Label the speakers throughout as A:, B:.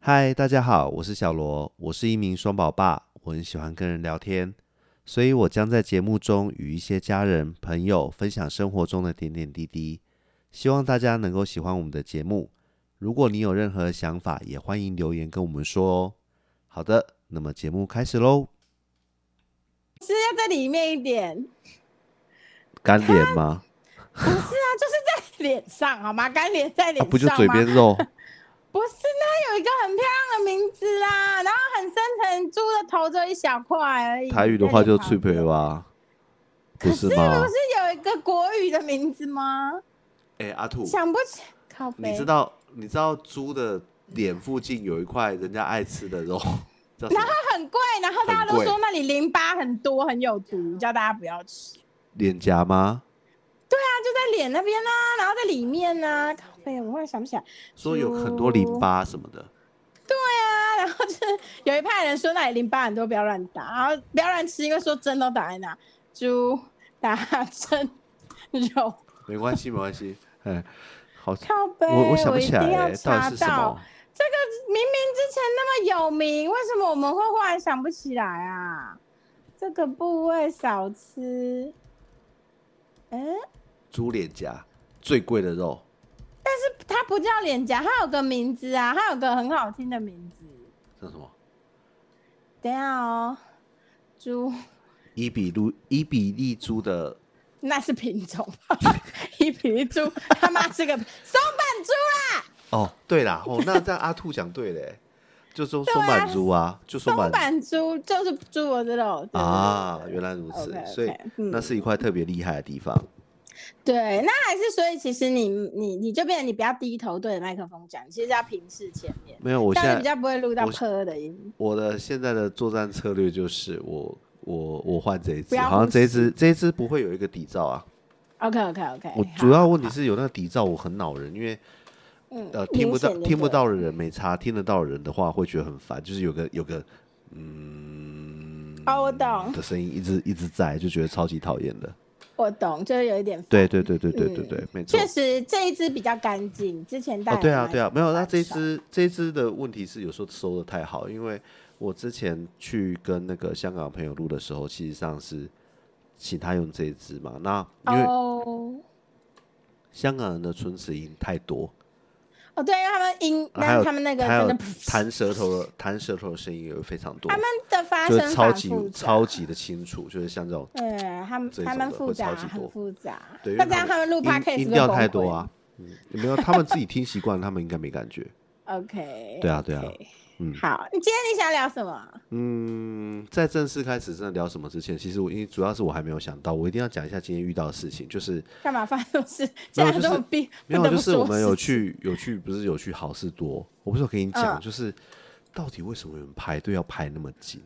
A: 嗨，大家好，我是小罗，我是一名双宝爸，我很喜欢跟人聊天，所以我将在节目中与一些家人、朋友分享生活中的点点滴滴，希望大家能够喜欢我们的节目。如果你有任何想法，也欢迎留言跟我们说哦。好的，那么节目开始喽，
B: 是要在里面一点，
A: 干脸 吗？
B: 不是啊，就是在脸上好吗？干脸在脸
A: 啊、
B: 上、吗？
A: 不就嘴边肉？
B: 不是，那有一个很漂亮的名字啊，然后很深层，猪的头就一小块而已。
A: 台语的话就脆皮
B: 皮。
A: 吧，不
B: 可
A: 是
B: 是
A: 吗
B: 不？是有一个国语的名字吗？
A: 哎、阿土
B: 想不起，靠背。
A: 你知？道你知道猪的脸附近有一块人家爱吃的肉，叫什么？
B: 很贵，然后大家
A: 很
B: 都
A: 贵
B: 说那里淋巴很多，很有毒，叫大家不要吃。
A: 脸颊吗？
B: 那就在脸那边呢、啊，然后在里面呢、啊。靠背，我忽然想不起来。
A: 说有很多淋巴什么的，
B: 啊，然后就是有一派人说那里淋巴很多，不要乱打，然后不要乱吃，因为说针都打在那，猪打针肉
A: 没关系，没关系。哎，好，
B: 靠背，
A: 我想不
B: 一
A: 起
B: 定
A: 来、
B: 要
A: 哎到
B: 查
A: 底是什么？
B: 这个明明之前那么有名，为什么我们会忽然想不起来啊？这个部位少吃，嗯、
A: 猪脸颊最贵的肉，
B: 它不叫脸颊，它有个名字啊，它有个很好听的名字。
A: 叫什么？
B: 等一下哦，猪。
A: 伊比利伊比利猪的
B: 那是品种， 一皮猪他妈是个松板猪啦，
A: 哦，对啦，哦，那这样阿兔讲对嘞、欸就说松板猪啊，就松
B: 松
A: 板
B: 板猪就是猪脖子肉对
A: 啊，原来如此
B: OK，OK，
A: 所以
B: 嗯
A: 那是一块特别厉害的地方。
B: 对，那还是所以其实你你你就变成你不要低头对着麦克风讲，其实要平视前面，
A: 没有，我
B: 这
A: 现
B: 样
A: 在
B: 你比较不会录到
A: 我
B: 呵的音。
A: 我的现在的作战策略就是我我我换这一
B: 不
A: 只，
B: 要哎
A: 好像
B: 呼
A: 这一只这一只不会有一个底噪啊。
B: OK OK OK，
A: 我主要问题是有那个底噪，我很恼人，因为
B: 嗯
A: 呃听不到
B: 明显就
A: 听不
B: 对
A: 到的人没差，听得到的人的话会觉得很烦，就是有个有个嗯
B: 哦我懂
A: 的声音一直一直在，就觉得超级讨厌的。
B: 我懂，就是有一点
A: 对对对对对对对，没错
B: 确。实这一只比较干净，之前带
A: 哦，
B: 来
A: 对啊，
B: 蛮
A: 对啊，没有。那
B: 蛮
A: 这一
B: 少
A: 只这一只的问题是有时候收的太好，因为我之前去跟那个香港朋友录的时候，其实上是请他用这一只嘛。那因为
B: 哦
A: 香港人的唇齿音太多，
B: 哦对，因为他们音，
A: 还有
B: 但他们那个
A: 还
B: 真
A: 有
B: 的
A: 弹舌头的弹舌头的声音也会非常多
B: 他，们的发
A: 就
B: 声
A: 是超
B: 法
A: 级
B: 复杂
A: 超级的清楚，就是像这种
B: 对，他们
A: 这一
B: 他
A: 种
B: 们
A: 的
B: 复
A: 会超
B: 杂，
A: 级
B: 很
A: 多
B: 复杂。
A: 对，因
B: 那
A: 为
B: 这样他们录 podcast
A: 音
B: 会
A: 音调
B: 崩
A: 太多
B: 溃
A: 啊。嗯，有没有？他们自己听习惯，他们应该没 感觉。
B: OK，
A: 对啊对啊
B: OK
A: 嗯
B: 好，你今天你想聊什么？
A: 嗯，在正式开始真的聊什么之前，其实我因为主要是我还没有想到，我一定要讲一下今天遇到的事情，就是
B: 干嘛发生事？
A: 没
B: 这
A: 有
B: 样
A: 就是
B: 这么逼，
A: 没有，
B: 不
A: 啊
B: 得不
A: 就是我
B: 说
A: 们
B: 是
A: 有去有去，不是有去好事多，我不是有跟你讲，
B: 嗯
A: 就是到底为什么有人排队要排那么紧，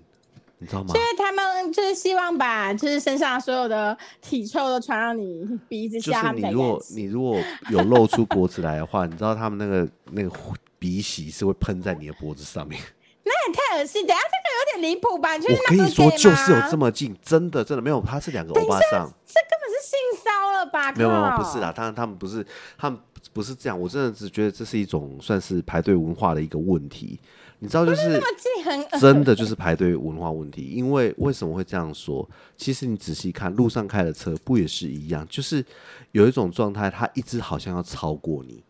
A: 你知道吗
B: 因？为他们就是希望把就是身上所有的体臭都传到你鼻子
A: 就
B: 下，
A: 是
B: 他们
A: 你
B: 才
A: 如果
B: 敢吃
A: 你如果有露出脖子来的话，你知道他们那个那个鼻息是会喷在你的脖子上面。
B: 那也太恶心。等一下这个有点离谱吧？你确定
A: 我
B: 那
A: 跟
B: 不
A: 你说，
B: gay
A: 就是有
B: 吗
A: 这么近，真的真的没有，他是两个欧巴桑。
B: 这根本是性骚了吧？
A: 没有没有，不
B: 靠
A: 是啦，当然他们不是，他们不是这样，我真的只觉得这是一种算是排队文化的一个问题，你知道，就是
B: 这么近很 恶
A: 真的就是排队文化问题。因为为什么会这样说？其实你仔细看，路上开的车不也是一样，就是有一种状态，他一直好像要超过你，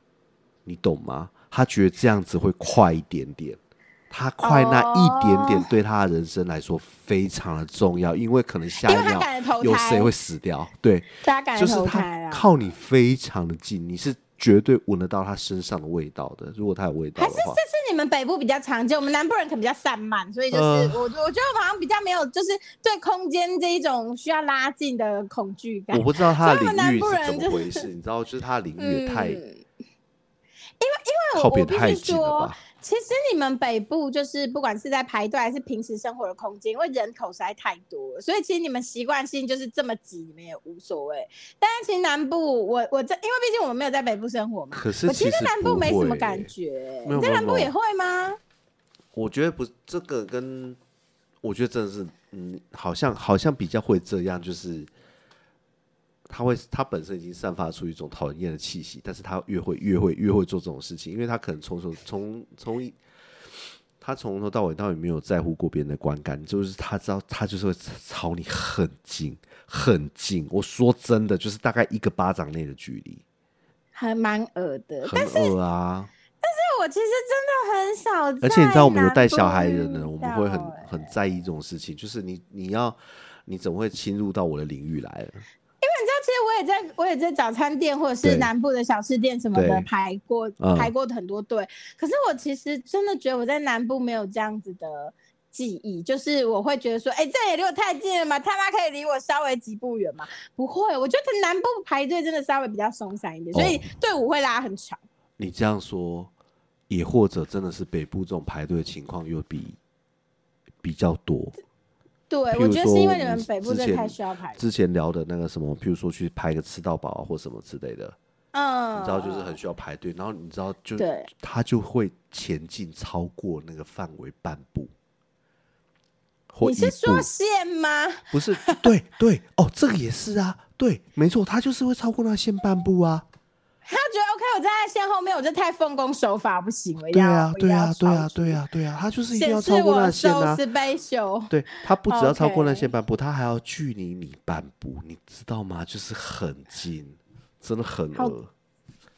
A: 你懂吗？他觉得这样子会快一点点。他快那一点点
B: 哦
A: 对他的人生来说非常的重要，因为可能下
B: 因为
A: 一
B: 他
A: 秒
B: 赶着投
A: 有
B: 胎
A: 谁会死掉。对，
B: 大家敢
A: 就是
B: 投胎
A: 他
B: 啊？
A: 靠你非常的近，你是绝对闻得到他身上的味道的。如果他有味道
B: 还
A: 的
B: 是
A: 话，
B: 这是你们北部比较常见，我们南部人可能比较散漫，所以就是、
A: 呃
B: 我我觉得我们好像比较没有，就是对空间这一种需要拉近的恐惧感
A: 我。不知道他的
B: 所以
A: 领
B: 我们南
A: 域
B: 部
A: 是
B: 人
A: 怎么
B: 就
A: 回事，你知道，就是他的领域也太
B: 因为因为
A: 靠
B: 我
A: 边
B: 我必
A: 太
B: 须
A: 近了
B: 说
A: 吧，？
B: 其实你们北部就是不管是在排队还是平时生活的空间，因为人口实在太多了，所以其实你们习惯性就是这么挤，你们也无所谓。但是其实南部，我我这因为毕竟我们没有在北部生活嘛，
A: 可是
B: 我其
A: 实
B: 实南
A: 不
B: 部没什么
A: 会
B: 感
A: 耶
B: 觉，
A: 没有
B: 你
A: 没
B: 在
A: 有
B: 南部
A: 没有
B: 也会吗？
A: 我觉得不，这个跟我觉得真的是，嗯，好像好像比较会这样，就是他会他本身已经散发出一种讨人厌的气息，但是他越会越会越会做这种事情，因为他可能从从从从一他从头到尾到底没有在乎过别人的观感，就是他知道他就是会朝你很近很近。我说真的，就是大概一个巴掌内的距离，
B: 还蛮恶的。
A: 很恶啊！
B: 但我其实真的很少，
A: 而且你知道我们有带小孩的人，我们会很
B: 欸
A: 很在意这种事情，就是你你要你怎么会侵入到我的领域来了？
B: 其实我也在，我也在早餐店或者
A: 对
B: 是南部的小吃店什么
A: 对
B: 的排过
A: 嗯
B: 排过很多队。可是我其实真的觉得我在南部没有这样子的记忆，就是我会觉得说，哎、这也离我太近了嘛，他妈可以离我稍微几步远嘛？不会，我觉得南部排队真的稍微比较松散一点，所以
A: 哦
B: 队伍会拉很长。
A: 你这样说，也或者真的是北部这种排队的情况又比比较多。
B: 对，
A: 譬
B: 我
A: 如
B: 觉得
A: 说
B: 是因为
A: 我
B: 你
A: 们
B: 们北部
A: 之
B: 真的
A: 前
B: 太需要排队，
A: 之前聊的那个什么，譬如说去排个吃到饱、啊、或什么之类的，
B: 嗯，
A: 你知道就是很需要排队，然后你知道就
B: 对
A: 他就会前进超过那个范围半步，或
B: 你
A: 一
B: 是说
A: 步，
B: 线吗？
A: 不是？对对哦，这个也是啊，对，没错，他就是会超过那线半步啊，
B: 他觉得 OK，我站在线后面，我就太奉公守法，我不行，我一定
A: 对
B: 要
A: 啊，
B: 我一定
A: 对
B: 要
A: 啊，对
B: 超
A: 啊，
B: 出
A: 对啊，对啊，他就是一定
B: 显
A: 要
B: 示
A: 超过那
B: 我
A: 线
B: 收
A: 啊，
B: special，
A: 对他不只要超过那
B: OK
A: 些半步，他还要距离你半步，你知道吗？就是很近，真的很
B: 好
A: 恶。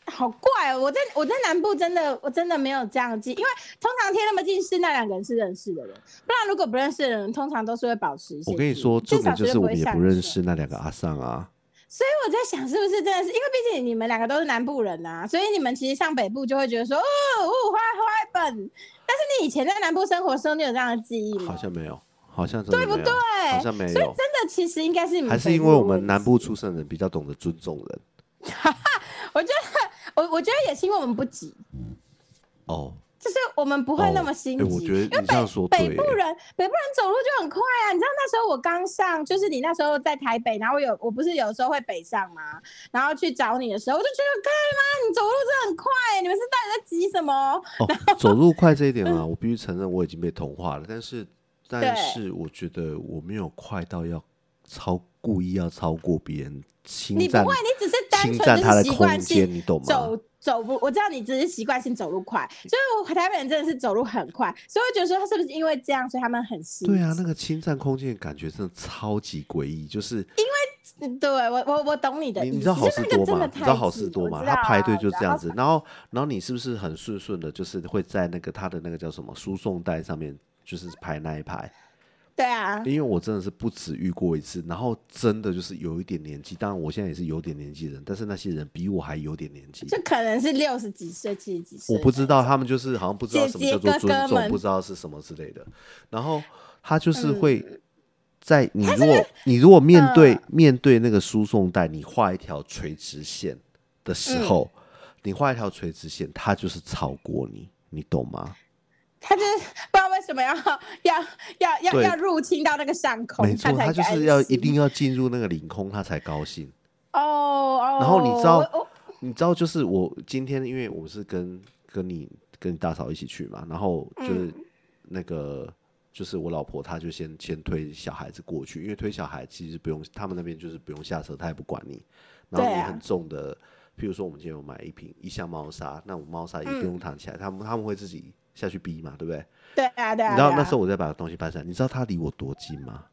B: 好怪哦！我在我在南部真的我真的没有这样记，因为通常贴那么近是那两个人是认识的人，不然如果不认识的人，通常都是会保持一些
A: 我
B: 距离。
A: 跟你说，
B: 至
A: 重点
B: 少
A: 就
B: 绝
A: 是
B: 对
A: 我
B: 会
A: 们也
B: 像
A: 不
B: 你
A: 认
B: 说
A: 识那两个阿尚啊。
B: 所以我在想，是不是真的是因为毕竟你们两个都是南部人呐、所以你们其实上北部就会觉得说，哦，哦花花本。但是你以前在南部生活的时候，你有这样的记忆吗？
A: 好像没有，好像真的
B: 嗯对不
A: 没有
B: 对
A: 好像没
B: 所以
A: 有，
B: 真的其实应该是你们
A: 还是
B: 北
A: 因
B: 部
A: 为
B: 的
A: 我们
B: 问
A: 南
B: 题
A: 部出生的人比较懂得尊重人
B: 我觉得我我觉得也是因为我们不急，
A: 哦。
B: 就是我们不会那
A: 哦
B: 么心急。
A: 哎我觉得
B: 因为
A: 你这样说
B: 北
A: 对
B: 部
A: 耶
B: 人，北部人走路就很快啊！你知道那时候我刚上，就是你那时候在台北，然后我有我不是有时候会北上嘛，然后去找你的时候，我就觉得，干妈你走路真的很快，你们是到底在急什么？
A: 哦，走路快这一点啊，我必须承认我已经被同化了，但是但
B: 对
A: 是我觉得我没有快到要超故意要超过别人侵
B: 你不
A: 占
B: 会，你只是单
A: 侵占
B: 纯就
A: 他的
B: 是习
A: 空
B: 惯性
A: 间，你懂吗
B: 走？走不，我知道你只是习惯性走路快，所以我台北人真的是走路很快，所以我觉得说他是不是因为这样，所以他们很心
A: 对啊，
B: 急
A: 那个侵占空间的感觉真的超级诡异，就是
B: 嗯对我我我懂你的
A: 你
B: 意思，
A: 你知道好
B: 就是
A: 事
B: 那个
A: 多
B: 真
A: 吗
B: 的？
A: 你知
B: 太
A: 道好
B: 急
A: 事多
B: 我
A: 吗？
B: 知
A: 他排
B: 道啊
A: 队就这
B: 然
A: 样
B: 后
A: 子，然后然后你是不是很顺顺的，就是会在那个他的那个叫什么输送带上面，就是排那一排？
B: 对啊，
A: 因为我真的是不止遇过一次，然后真的就是有一点年纪，当然我现在也是有点年纪的人，但是那些人比我还有点年纪，
B: 就可能是六十几岁、七十几岁，
A: 我不知。道他们就是好像不知道什么
B: 姐
A: 叫
B: 姐
A: 做
B: 哥
A: 尊
B: 哥
A: 重，
B: 们嗯
A: 不知道是什么之类的。然后他就是会在你如果你如果面对面对那个输送带，你画一条垂直线的时
B: 嗯
A: 候，你画一条垂直线，他就是超过你，你懂吗？
B: 他就是不知道为什么要要要要
A: 对
B: 要入侵到那个上空，
A: 没错，他
B: 他才
A: 就
B: 甘
A: 是要一
B: 心
A: 定要进入那个领空，他才高兴。
B: 哦哦。
A: 然后你知道
B: 我我
A: 你知道，就是我今天因为我是跟跟你跟你大嫂一起去嘛，然后就是
B: 嗯
A: 那个、就是我老婆她就先先推小孩子过去，因为推小孩其实不用，他们那边就是不用下车，他也不管你。然后
B: 对
A: 你
B: 啊
A: 很重的，譬如说我们今天有买一瓶一箱猫砂，那我们猫砂也不
B: 嗯
A: 用躺起来，他们他们会自己下去逼嘛，对不对？
B: 对啊对啊，
A: 你知道
B: 对啊
A: 那时候我在把东西搬上来，你知道他离我多近吗？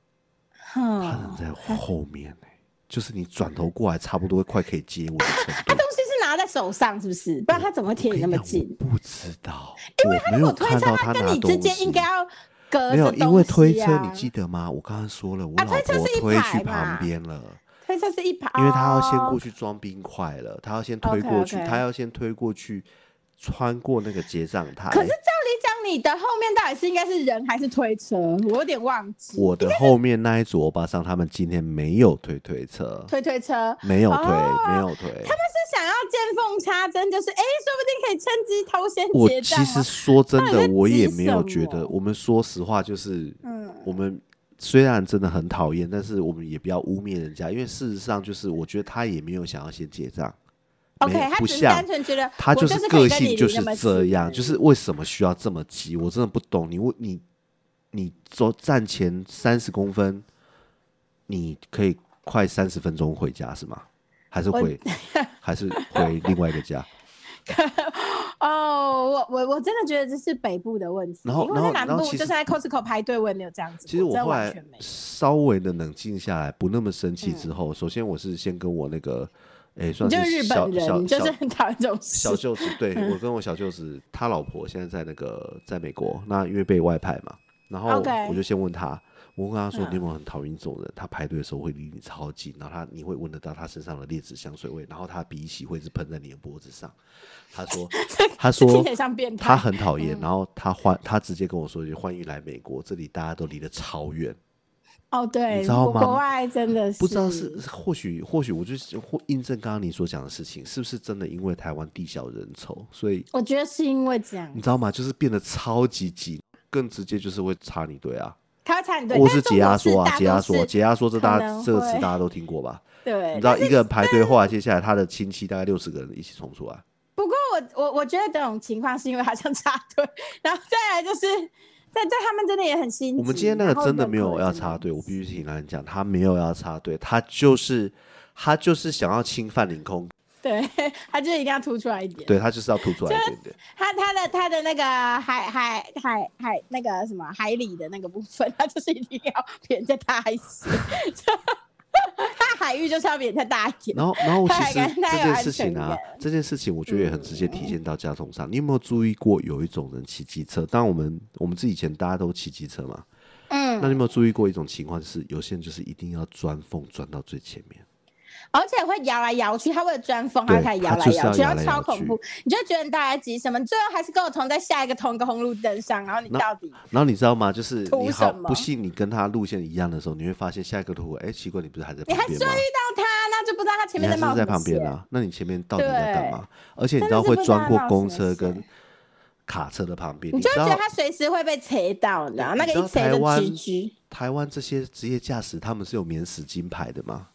A: 他人
B: 哼
A: 在后面、欸、就是你转头过来，差不多快可以接我的程度。
B: 他东西是拿在手上，是不是？不然他怎么会贴
A: 我
B: 你那
A: 跟
B: 么
A: 讲
B: 近？
A: 哎我不知道，因为没
B: 如
A: 有
B: 果推
A: 看
B: 车，
A: 到他
B: 跟
A: 拿
B: 你
A: 东
B: 之
A: 西。
B: 间应该要隔着
A: 没有，因
B: 东
A: 为
B: 西
A: 推车，你
B: 啊
A: 记得吗？我刚刚说了，我
B: 啊
A: 老
B: 推车
A: 婆
B: 是一
A: 推
B: 排
A: 去旁
B: 嘛
A: 边了，
B: 推车是一排，哦
A: 因为他要先过
B: 去。
A: 去装冰块了，他要先推过去，他
B: OK，OK
A: 要先推过去，穿过那个结账台。
B: 可是照理讲，你的后面到底是应该是人还是推车？我有点忘记。
A: 我的后面那一组欧巴桑，他们今天没有推推车，
B: 推推车，
A: 没有推，
B: 哦
A: 没有推。
B: 他是想要见缝插针，就是哎、说不定可以趁机偷先
A: 我
B: 结账
A: 其
B: 啊。
A: 实说真
B: 到底
A: 的，
B: 在
A: 我
B: 急
A: 也没有
B: 什
A: 觉得。
B: 么
A: 我们说实话，就是，
B: 嗯
A: 我们虽然真的很讨厌，但是我们也不要污蔑人家，因为事实上就是，我觉得他也没有想要先结账。没
B: OK，
A: 有
B: 他
A: 不
B: 只是单
A: 像
B: 纯觉得
A: 他
B: 我
A: 就
B: 就是是可
A: 个
B: 以跟
A: 性
B: 你
A: 就
B: 离
A: 是
B: 那么
A: 这
B: 近
A: 样，就是为什么需要这么急，我真的不懂。你为你你走站前三十公分，你可以 快三十分钟回家是吗？还是
B: 我
A: 回还是回另外一个家？
B: 可 哦，我我我真的觉得这是北部的问题，
A: 然后
B: 因为
A: 然
B: 在
A: 后
B: 南
A: 然后
B: 部
A: 其
B: 就
A: 实
B: 是在 Costco 排队，我也没有这样子过，
A: 其实我
B: 真的
A: 后
B: 完
A: 来
B: 全没有。
A: 稍微的冷静下来，不那么生气
B: 嗯
A: 之后，首先我是先跟我那个，诶，
B: 你
A: 算
B: 就是是日
A: 小
B: 本人，
A: 小
B: 你就是
A: 小
B: 很讨厌这种事
A: 小。舅子， 对我跟我小舅子，他老婆现在在那个在美国，那因为被外派嘛，然后
B: OK
A: 我就先问他，我问他说
B: 嗯
A: 你有没有很讨厌这种人？他排队的时候会离你超近，然后他你会闻得到他身上的劣质香水味，然后他鼻息会是喷在你的脖子上。他 说，他
B: 这听
A: 说
B: 起来像变态
A: 他很讨厌，然
B: 嗯
A: 后他欢他直接跟我说一句，欢迎来美国，这里大家都离得超远。
B: 哦，对，
A: 你知道
B: 国
A: 吗
B: 国外真的是
A: 不知道是或许或许我就是或印证刚刚你所讲的事情，是不是真的因为台湾地小人稠，所以
B: 我觉得是因为这样
A: 你，知道吗？就是变得超级挤，更直接就是会插你队啊，
B: 他会插你队，
A: 或
B: 但
A: 是解压缩
B: 中国
A: 啊，
B: 是
A: 解
B: 大
A: 压
B: 都
A: 缩，
B: 是
A: 解压缩这大
B: 可
A: 家
B: 能
A: 这个词
B: 会
A: 大家都听过吧？
B: 对，
A: 你知道
B: 但
A: 一
B: 是
A: 个人排队，后来接下来他的亲戚大概六十个人一起冲出来，
B: 不过我我我觉得这种情况是因为好像插队，然后再来就是，但但他们真的也很心急。
A: 我们今天那
B: 然
A: 个
B: 后
A: 真的
B: 人
A: 没
B: 口
A: 有
B: 也
A: 要
B: 真的
A: 插
B: 很
A: 队，我
B: 少
A: 必须挺难讲，他没有要插队，他就是他就是想要侵犯领空，
B: 对，他就一定要突出来一点。
A: 对他就是要吐出来一点点。
B: 他他的他的那个海海海海那个什么海里的那个部分，他就是一定要 比人家大一些， 他海域就是要比人家大一点。
A: 然后，然后其
B: 太
A: 实
B: 感太
A: 这
B: 有
A: 件
B: 安
A: 事情
B: 全
A: 啊
B: 感，嗯
A: 这件事情我觉得也很直接体现到交通上。你有没有注意过有一种人骑机车？当然我们我们自己以前大家都骑机车嘛，那你
B: 嗯，
A: 有没有注意过一种情况是，有些人就是一定要钻缝钻到最前面？
B: 而且会摇来摇去，他为了钻风，他
A: 对
B: 开始
A: 他
B: 摇来
A: 就是要
B: 去，然
A: 摇
B: 后
A: 来
B: 超
A: 摇
B: 恐
A: 去
B: 怖，你就觉得你大家急什么，你最后还是跟我同在下一个同一个红绿灯上，然后你
A: 那
B: 到底
A: 然后你知道吗？就是
B: 图
A: 你好
B: 什么
A: 不信，你跟他路线一样的时候，你会发现下一个路口，哎，奇怪，你不是还在
B: 你
A: 旁
B: 还
A: 边
B: 注意
A: 吗？
B: 到他，那就不知道他前
A: 你
B: 面
A: 还
B: 在
A: 是
B: 冒
A: 在
B: 什么
A: 旁边
B: 险
A: 啊？那你前面到底在干嘛？而且你
B: 真
A: 知
B: 的
A: 道
B: 是
A: 会
B: 不知
A: 钻
B: 道
A: 过
B: 冒
A: 公
B: 什
A: 车
B: 么
A: 跟
B: 险
A: 卡车的旁边，
B: 你就会
A: 知
B: 觉得
A: 道
B: 他随时会被切到，你知道
A: 你
B: 那个
A: 知
B: 一
A: 道
B: 切
A: 台
B: 就
A: 湾
B: GG。
A: 台湾这些职业驾驶，他们是有免死金牌的吗？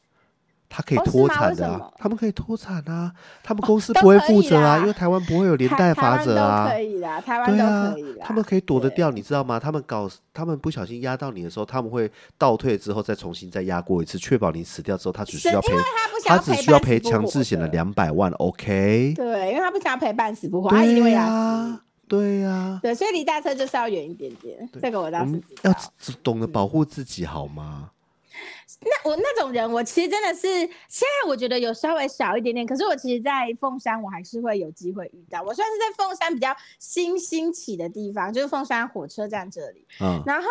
A: 他可以
B: 哦是
A: 脱
B: 吗
A: 产
B: 为
A: 的、
B: 什
A: 啊，
B: 么
A: 他们可以脱产啊，他们
B: 哦
A: 公司
B: 都
A: 不会
B: 可
A: 负
B: 以
A: 责啊，
B: 啦
A: 因为台湾不会有连带
B: 台
A: 法
B: 湾
A: 则啊
B: 都可，以啦，台湾
A: 对
B: 都
A: 啊
B: 可以啦，，
A: 他们可以躲得
B: 对
A: 掉，你知道吗？他们搞，他们不小心压到你的时候，他们会倒退之后再重新再压过一次，确保你死掉之后，他只需
B: 是
A: 要
B: 因
A: 赔
B: 为，他不想
A: 他
B: 要
A: 只
B: 陪
A: 需要
B: 伴
A: 赔
B: 死不
A: 强
B: 活
A: 制险的
B: 的
A: 两百万，OK？
B: 对，因为他不想要陪伴死不活，啊他一
A: 对啊
B: 定会
A: 呀、
B: 压死。
A: 对呀、
B: 对，啊所以离大车就是要远一点点，这个我
A: 我
B: 倒啊是
A: 们
B: 知
A: 要
B: 道。
A: 自懂得保护自己好吗？
B: 那我那种人，我其实真的是现在我觉得有稍微少一点点，可是我其实，在凤山我还是会有机会遇到。我算是在凤山比较新兴起的地方，就是凤山火车站这里。
A: 嗯，
B: 然后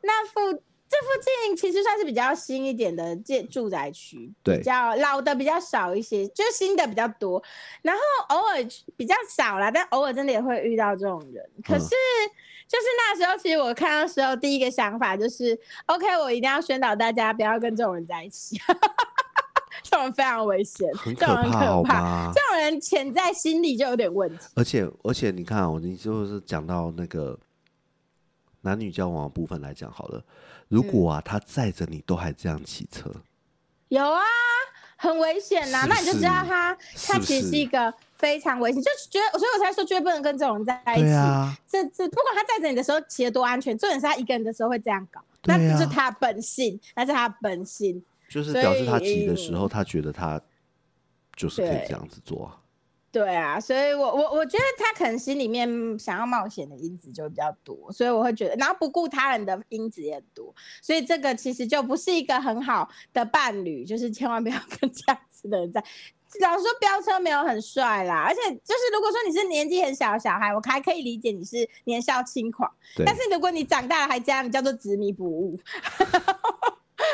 B: 那附这附近其实算是比较新一点的建住宅区，
A: 对
B: 比较老的比较少一些，就新的比较多。然后偶尔比较少啦，但偶尔真的也会遇到这种人。可
A: 嗯
B: 是就是那时候，其实我看到的时候第一个想法就是，OK，我一定要宣导大家不要跟这种人在一起， 这种人非常危险，
A: 很
B: 这
A: 可
B: 种人很
A: 怕好
B: 可怕。
A: 吗？
B: 这种人潜在心理就有点问题，
A: 而且而且，你看啊、你就是讲到那个男女交往的部分来讲好了，如果
B: 嗯
A: 啊、他载着你都还这样骑车，
B: 有啊，很危险呐、
A: 是不
B: 那你就知道
A: 是
B: 他，
A: 是
B: 他
A: 不
B: 其实是
A: 是
B: 一个非常危险，就是觉得，所以我才说绝对不能跟这种人在一起。
A: 对啊，
B: 这这不管他载着你的时候骑得多安全，重点是他一个人的时候会这样搞，
A: 对啊
B: 那不是他的本性，那是他的本性。
A: 就是
B: 所
A: 表示他急的时
B: 以
A: 候，他觉得他就是可以
B: 对
A: 这样子做啊。
B: 对啊，所以我我我觉得他可能心里面想要冒险的因子就会比较多，所以我会觉得，然后不顾他人的因子也很多，所以这个其实就不是一个很好的伴侣，就是千万不要跟这样子的人在。 老实说，飙车没有很帅啦，而且就是如果说你是年纪很小的小孩，我还可以理解你是年少轻狂，
A: 对，
B: 但是如果你长大了还这样，你叫做执迷不悟。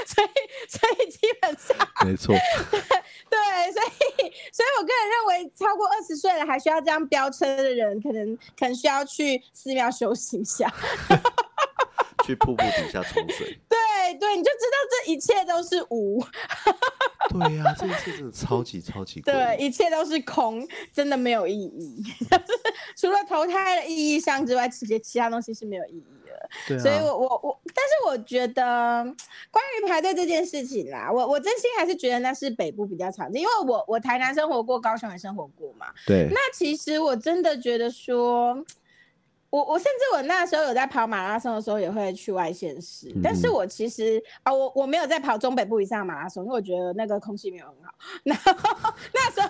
B: 所以，所以基本上。
A: 没 错，
B: 对，所以所以我个人认为，超过二十岁了还需要这样飙车的人，可能可能需要去寺庙修行一下。
A: 去瀑布底下冲水。
B: 对对，你就知道这一切都是无，
A: 对呀、这件事真的超级超级贵。
B: 对，一切都是空，真的没有意义。 除了投胎的意义上之外，其实其他东西是没有意义的。
A: 对啊，
B: 所以我我我，但是我觉得嗯关于排队这件事情啦，我我真心还是觉得那是北部比较常见，因为我我台南生活过，高雄也生活过嘛。
A: 对
B: 那其实我真的觉得说，我我甚至我那时候有在跑马拉松的时候，也会去外县市，但是
A: 嗯
B: 我其实啊、我我没有在跑中北部以上的马拉松，因为 我觉得那个空气没有很好。然后那时候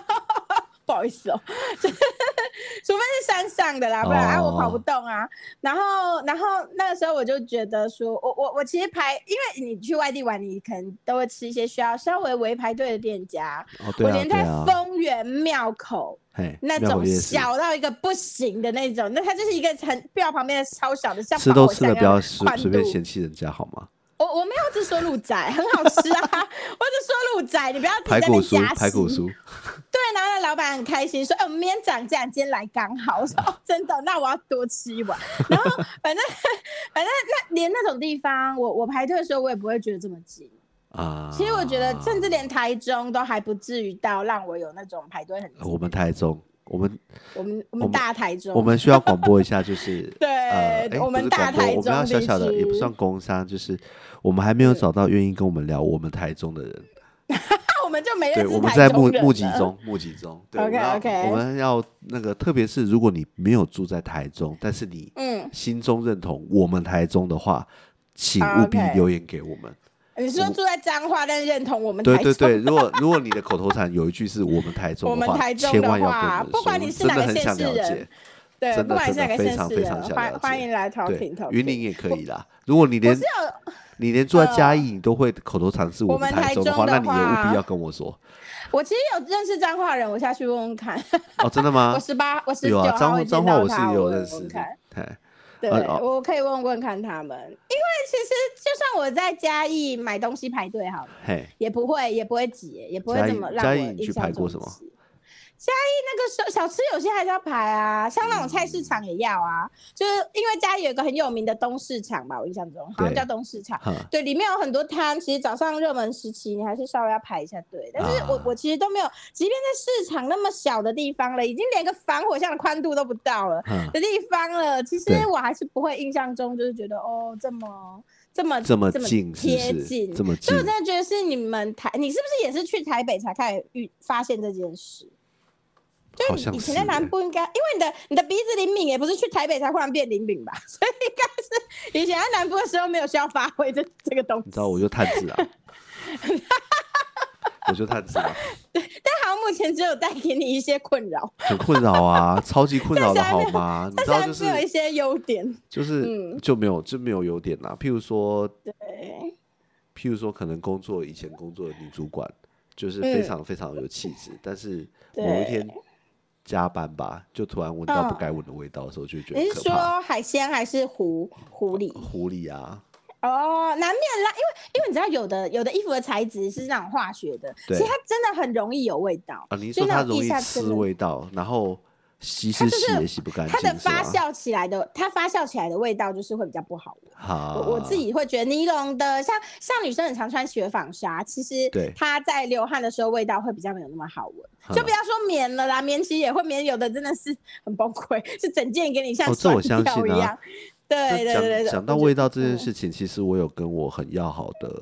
B: 不好意思哦，就是 除非是山上的啦，不然啊我跑不
A: 哦
B: 动啊。然后，然后那个时候我就觉得说，我我我其实排，因为你去外地玩，你可能都会吃一些需要稍微围排队的店家。
A: 哦，对
B: 我
A: 啊，
B: 连
A: 对
B: 在
A: 啊，
B: 丰原庙口
A: 嘿，
B: 那
A: 庙口
B: 种
A: 夜市
B: 小到一个不行的那种，那它就是一个很庙旁边的超小的，像
A: 吃
B: 保
A: 都
B: 火
A: 吃了，不
B: 山啊一样
A: 要
B: 的
A: 随
B: 宽
A: 随便
B: 度
A: 嫌弃人家好吗？
B: 我我没有只说鹿仔，很好吃啊！ 我只说鹿仔，你不要自己
A: 排
B: 在那
A: 骨
B: 边
A: 酥
B: 夹，
A: 排骨
B: 心
A: 酥，
B: 对，然后那老板很开心，说：“哎、我们明天涨价，你今天来刚好。”我说：“哦，真的，那我要多吃一碗。”然后反正反正那连那种地方，我我排队的时候，我也不会觉得这么挤。
A: 啊。
B: 其实我觉得，甚至连台中都还不至于到让我有那种排队很挤。
A: 呃我们台中，我们
B: 我们我
A: 我
B: 们
A: 们
B: 大台中，
A: 我们需要广播一下，就是
B: 对
A: 呃，诶
B: 我
A: 不
B: 们
A: 是
B: 大
A: 广播
B: 台
A: 我们要
B: 中
A: 小
B: 地
A: 小的，也不
B: 区
A: 算工商，就是我们还没有
B: 是
A: 找到愿意跟我们聊我们台中的人。
B: 那我们就没认
A: 对，
B: 识
A: 我们
B: 台
A: 在
B: 中
A: 募
B: 人
A: 募集
B: 了
A: 中，募集中。对
B: OK，OK
A: 我们要我们要那个，特别是如果你没有住在台中，但是你
B: 嗯，
A: 心中认同我们台中的话，请务必
B: 啊 OK
A: 留言给我们。
B: 你说住在彰化，但认同我们
A: 嗯对
B: 台
A: 对
B: 中
A: 对，如果如果你的口头禅有一句是我们台中
B: 我
A: 的
B: 们
A: 话，
B: 台中
A: 千
B: 的
A: 万要跟
B: 话
A: 我们
B: 不
A: 说
B: 管
A: 我
B: 你是
A: 真
B: 哪
A: 的
B: 个
A: 很
B: 县
A: 想
B: 市
A: 了
B: 人
A: 解，
B: 对，
A: 真
B: 不
A: 的
B: 管
A: 真
B: 是哪
A: 的
B: 个
A: 非
B: 县
A: 常
B: 市
A: 非常
B: 的，
A: 想
B: 欢
A: 了
B: 欢
A: 解
B: 迎来投
A: 对
B: 屏投，
A: 云
B: 屏
A: 林也可以啦。如果你连
B: 是有
A: 你连住在嘉
B: 呃
A: 义，你都会口头禅是
B: 我
A: 们
B: 们
A: 台
B: 台
A: 中的
B: 中
A: 话，
B: 的
A: 那你也务
B: 话
A: 必要跟我说
B: 我其实有认识彰化人，我下去问问看。
A: 哦，真的吗
B: 我？十八，我十
A: 有
B: 九
A: 啊，
B: 号
A: 彰
B: 会
A: 化
B: 见
A: 彰化
B: 到
A: 我是
B: 他，
A: 有
B: 问
A: 认
B: 问
A: 识的
B: 看。，
A: 哎，
B: 对，
A: 啊
B: 我可以问问看他们，因为其实就算我在嘉义买东西排队好了，
A: 嘿，
B: 也不会，也不会挤，也不会
A: 嘉
B: 这
A: 义
B: 么让
A: 嘉
B: 我
A: 义你
B: 印
A: 去
B: 象
A: 排过
B: 中
A: 什么
B: 挤嘉义那个小小吃有些还是要排啊，像那种菜
A: 嗯
B: 市场也要啊，就是因为嘉义有一个很有名的东市场吧，我印象中好像
A: 对
B: 叫东市场，
A: 哈，
B: 对，里面有很多摊，其实早上热门时期你还是稍微要排一下队。但是我、
A: 啊
B: 我其实都没有，即便在市场那么小的地方了，已经连个防火巷的宽度都不到了
A: 哈，
B: 的地方了，其实
A: 对
B: 我还是不会印象中就是觉得哦这么这么
A: 这么
B: 这么
A: 近是
B: 贴
A: 不是？
B: 近。
A: 这么
B: 所
A: 近
B: 以我，真的觉得是你们台，你是不是也是去台北才开始遇发现这件事？
A: 好
B: 就是
A: 像
B: 你以前
A: 是
B: 在南
A: 欸
B: 部应该，因为你的你的鼻子灵敏，也不是去台北才忽然变灵敏吧， 所以应该是以前在南部的时候没有需要发挥这这个东西。
A: 你知道我就探子 啊，我就探子啊，
B: 但好像目前只有带给你一些困扰，
A: 很困扰啊，超级困扰的
B: 但是还
A: 好
B: 没有
A: 吗？你
B: 但
A: 知
B: 是
A: 道就
B: 还没有一
A: 是
B: 些优点。
A: 就是
B: 嗯
A: 就没有就没有优点啦，譬如说
B: 对，
A: 譬如说，可能工作以前工作的女主管，就是非
B: 嗯
A: 常非常有气质，但是某一天加班吧，就突然闻到不
B: 嗯
A: 该闻的味道的时候，就觉
B: 你
A: 得
B: 是
A: 可怕。
B: 说海鲜还是狐狐狸？
A: 狐狸啊，
B: 哦，难免啦，因为因为你知道有的有的衣服的材质是那种化学的，其
A: 对
B: 实它真的很容易有味道。
A: 啊，你
B: 就
A: 说
B: 那
A: 它
B: 种
A: 容
B: 腋
A: 易
B: 下真
A: 吃
B: 的
A: 味道，然后吸是
B: 就
A: 洗
B: 是
A: 也洗不干
B: 它的
A: 净，是
B: 发
A: 吗？
B: 酵起来的，它发酵起来的味道就是会比较不好闻。
A: 好，
B: 我我自己会觉得尼龙的，像像女生很常穿雪纺纱，其实
A: 对嗯
B: 它在流汗的时候味道会比较没有那么好闻，
A: 哈
B: 就不要说棉了啦，棉其实也会棉，有的真的是很崩溃，是整件给你像
A: 哦这
B: 酸
A: 我相
B: 掉
A: 信
B: 一
A: 啊
B: 样。对
A: 就
B: 对
A: 讲
B: 对对，
A: 讲
B: 我
A: 到
B: 觉
A: 味
B: 得
A: 道这件
B: 嗯
A: 事情，其实我有跟我很要好的，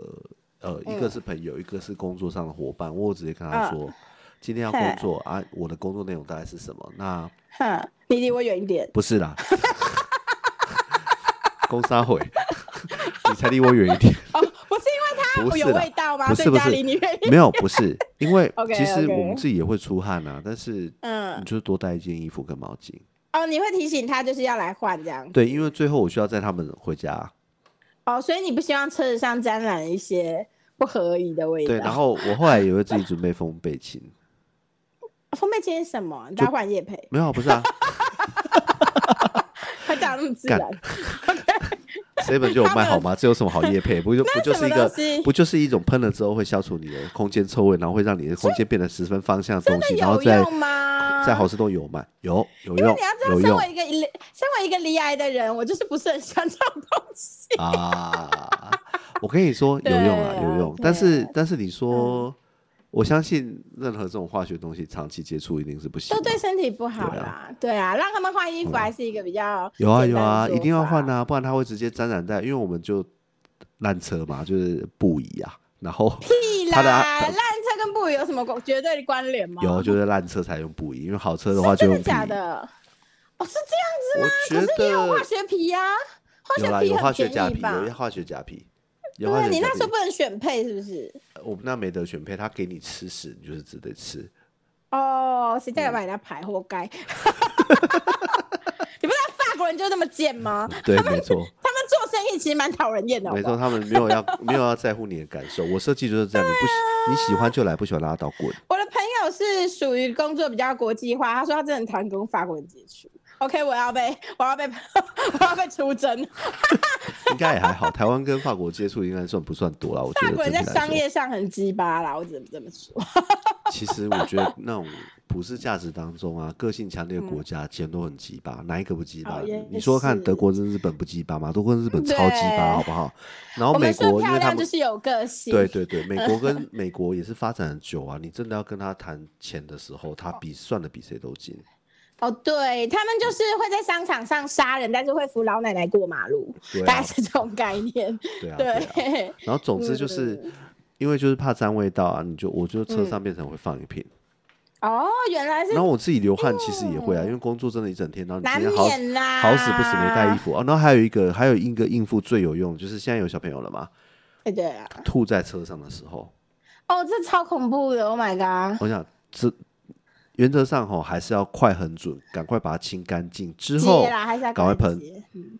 A: 呃，一个
B: 嗯
A: 是朋友，一个是工作上的伙伴，我有直接跟他
B: 嗯
A: 说，今天要
B: 嘿
A: 工作啊，我的工作内容大概是什么？那
B: 哼，你离我远一点。
A: 不是啦， 公杀会， 你才离我远一点。
B: 哦，不是因为它
A: 不是
B: 有
A: 啦
B: 味道吗？
A: 不
B: 所
A: 是
B: 以
A: 不
B: 家
A: 是
B: 离你远一点。
A: 没有，不是，因为
B: OK，
A: 其实我们
B: OK
A: 自己也会出汗啊，但是你
B: 嗯，
A: 就多带一件衣服跟毛巾。
B: 哦，你会提醒他就是要来换这样。
A: 对，因为最后我需要载他们回家。
B: 哦，所以你不希望车子上沾染一些不合宜的味道。
A: 对，然后我后来也会自己准备烘焙琴。
B: 烘焙机是什么？你待换叶培，
A: 没有啊，不是 啊
B: 他讲得那么自然，
A: ，seven 就有卖好吗？这有什么好夜配？ 不就不
B: 那
A: 就
B: 什
A: 是
B: 么
A: 一个
B: 东西
A: 不就是一种喷了之后会消除你的空间臭味，然后会让你的空间变得十分芳香的东西，然后
B: 有
A: 在
B: 用吗？
A: 在好。事多有卖，有有
B: 因为
A: 用
B: 你要知道，
A: 有
B: 身
A: 用
B: 为一个离身为一个离癌的人，我就是不是很喜欢这种东西。
A: 啊！我跟你说有
B: 对
A: 用啊，
B: 啊
A: 有用。
B: 对
A: 但是
B: 啊
A: 但是你说，我相信任何这种化学东西长期接触一定是不行
B: 都
A: 的。
B: 对身体不好
A: 对嗯
B: 啦，对啊，让他们换衣服还是一个比较
A: 有啊
B: 简
A: 有
B: 单的
A: 啊，
B: 做
A: 一定要换
B: 法
A: 啊，不然它会直接沾染在，因为我们就烂车嘛，就是布仪啊，然 后
B: 屁啦！
A: 他的啊
B: 烂车跟布有什么关绝对的关联吗？
A: 有就是烂车才用布仪，因为好车的话就
B: 真
A: 用
B: 的
A: 皮。
B: 假的？哦，是
A: 我
B: 这样
A: 觉
B: 子，可是也有化
A: 得
B: 学皮呀、化
A: 有啦，
B: 学皮
A: 有化
B: 很
A: 学钾
B: 便宜
A: 皮，
B: 吧？
A: 有化学钾皮。有
B: 对
A: 化学
B: 啊，你
A: 钾
B: 那时候
A: 皮呃
B: 不能选配是不是？
A: 我们那没得选配，他给你吃屎，你就是只得吃。 嗯
B: 哦，谁叫你把人家排活该？ 你不知道法国人就这么贱吗？
A: 对，没错，
B: 他们做生意其实蛮讨人厌的，好
A: 没
B: 不
A: 错，
B: 好？
A: 他们没有要 没有要在乎你的感受。我设计就是这样，你不
B: 啊
A: 喜你喜欢就来，不喜欢拉倒 滚。
B: 我的朋友是属于工作比较国际化，他说他真的很讨厌跟法国人接触。OK，我要被我要被 我要被出征。
A: 应该也还好，台湾跟法国接触应该算不算多啦？我觉
B: 法
A: 得
B: 国人
A: 整
B: 在
A: 体来
B: 商
A: 说，哦
B: 业上很鸡巴啦，我只能这么说。
A: 其实我觉得那种普世价值当中 啊，个性强烈的国家，其实都很鸡巴，哪一个不鸡巴
B: 哦也？
A: 你说看
B: 是
A: 德国跟日本不鸡巴吗？德国跟日本
B: 对
A: 超鸡巴，好不好？然
B: 我
A: 后
B: 们
A: 美
B: 说
A: 国，因
B: 漂
A: 为他
B: 亮就
A: 们
B: 是有个性，
A: 对对对，美 国跟美国也是发展很久啊。你真的要跟他谈钱的时候，他比算的比谁都精。
B: 哦，对他们就是会在商场上杀人，但是会扶老奶奶过马路，
A: 对
B: 大概
A: 啊，
B: 是这种概念。
A: 对啊，对啊。
B: 对，
A: 然后总之就是，因为就是怕沾味道啊，你就我就车上变成会放一瓶。
B: 哦，原嗯来是哦
A: 然后我自己流汗其实也会啊，因为工作真的一整天，然后你
B: 难
A: 今天好
B: 免啦，
A: 好死不死没带衣。服啊。然后还有一个，还有一个应付最有用，就是现在有小朋友了嘛，
B: 哎，对啊，
A: 吐在车上的时候，
B: 哦，这超恐怖的，Oh my god！
A: 我想这原则上吼还是要快很准，赶快把它清干净之后
B: 接，啦，还是要
A: 赶快
B: 赶
A: 喷
B: 接。嗯，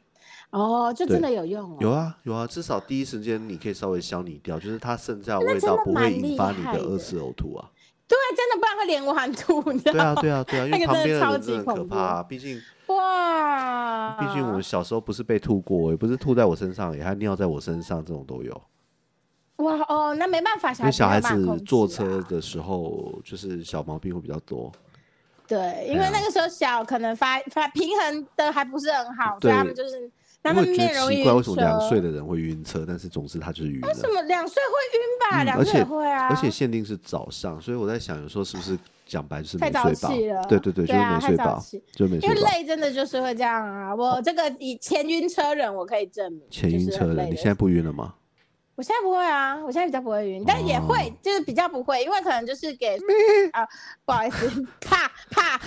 B: 哦，就真的有用哦。
A: 有啊有啊，至少第一时间你可以稍微消弭掉，就是它剩下的
B: 那
A: 味
B: 真
A: 道
B: 的
A: 不会
B: 蛮
A: 引
B: 厉
A: 发你
B: 害
A: 的二
B: 的
A: 次呕吐 啊。
B: 对，真的不然会连环吐，你知
A: 对
B: 道
A: 啊
B: 吗？
A: 对啊对啊，因为
B: 那个
A: 旁
B: 真的
A: 边的
B: 超
A: 人
B: 级
A: 真的很可
B: 恐怖
A: 怕啊，毕竟
B: 哇，
A: 毕竟我小时候不是被吐过，也不是吐在我身上，也还尿在我身上，这种都有。
B: 哇哦，那没办法，
A: 因为小孩
B: 没有办法
A: 子
B: 控制
A: 坐
B: 啊
A: 车的时候，就是小毛病会比较多。
B: 对，因
A: 对
B: 为
A: 啊
B: 那个时候小，可能发发平衡的还不是很好，所
A: 对
B: 以他们就是他
A: 因
B: 们
A: 为我觉
B: 面
A: 得
B: 容易
A: 奇
B: 晕
A: 怪，
B: 车。
A: 为什么两岁的人会晕车，但是总之他就是晕
B: 为什
A: 了。
B: 么两岁会晕吧？
A: 嗯
B: 两
A: 而
B: 岁也
A: 且
B: 会啊，
A: 而且限定是早上，所以我在想，有时候是不 是讲白就是没
B: 太早
A: 睡
B: 起
A: 饱？
B: 了
A: 对对对，就
B: 对
A: 是
B: 啊
A: 没
B: 太
A: 睡
B: 早
A: 饱
B: 起，
A: 就是没
B: 因为
A: 睡饱。
B: 累真的就是会这样啊。我这个以前晕车人，我可以证明
A: 前晕
B: 就是
A: 车
B: 很累
A: 人，
B: 的。
A: 你现在不晕了吗？
B: 我现在不会啊，我现在比较不会晕，但也会，
A: 哦
B: 就是比较不会，因为可能就是 给啊、不好意思， 怕怕，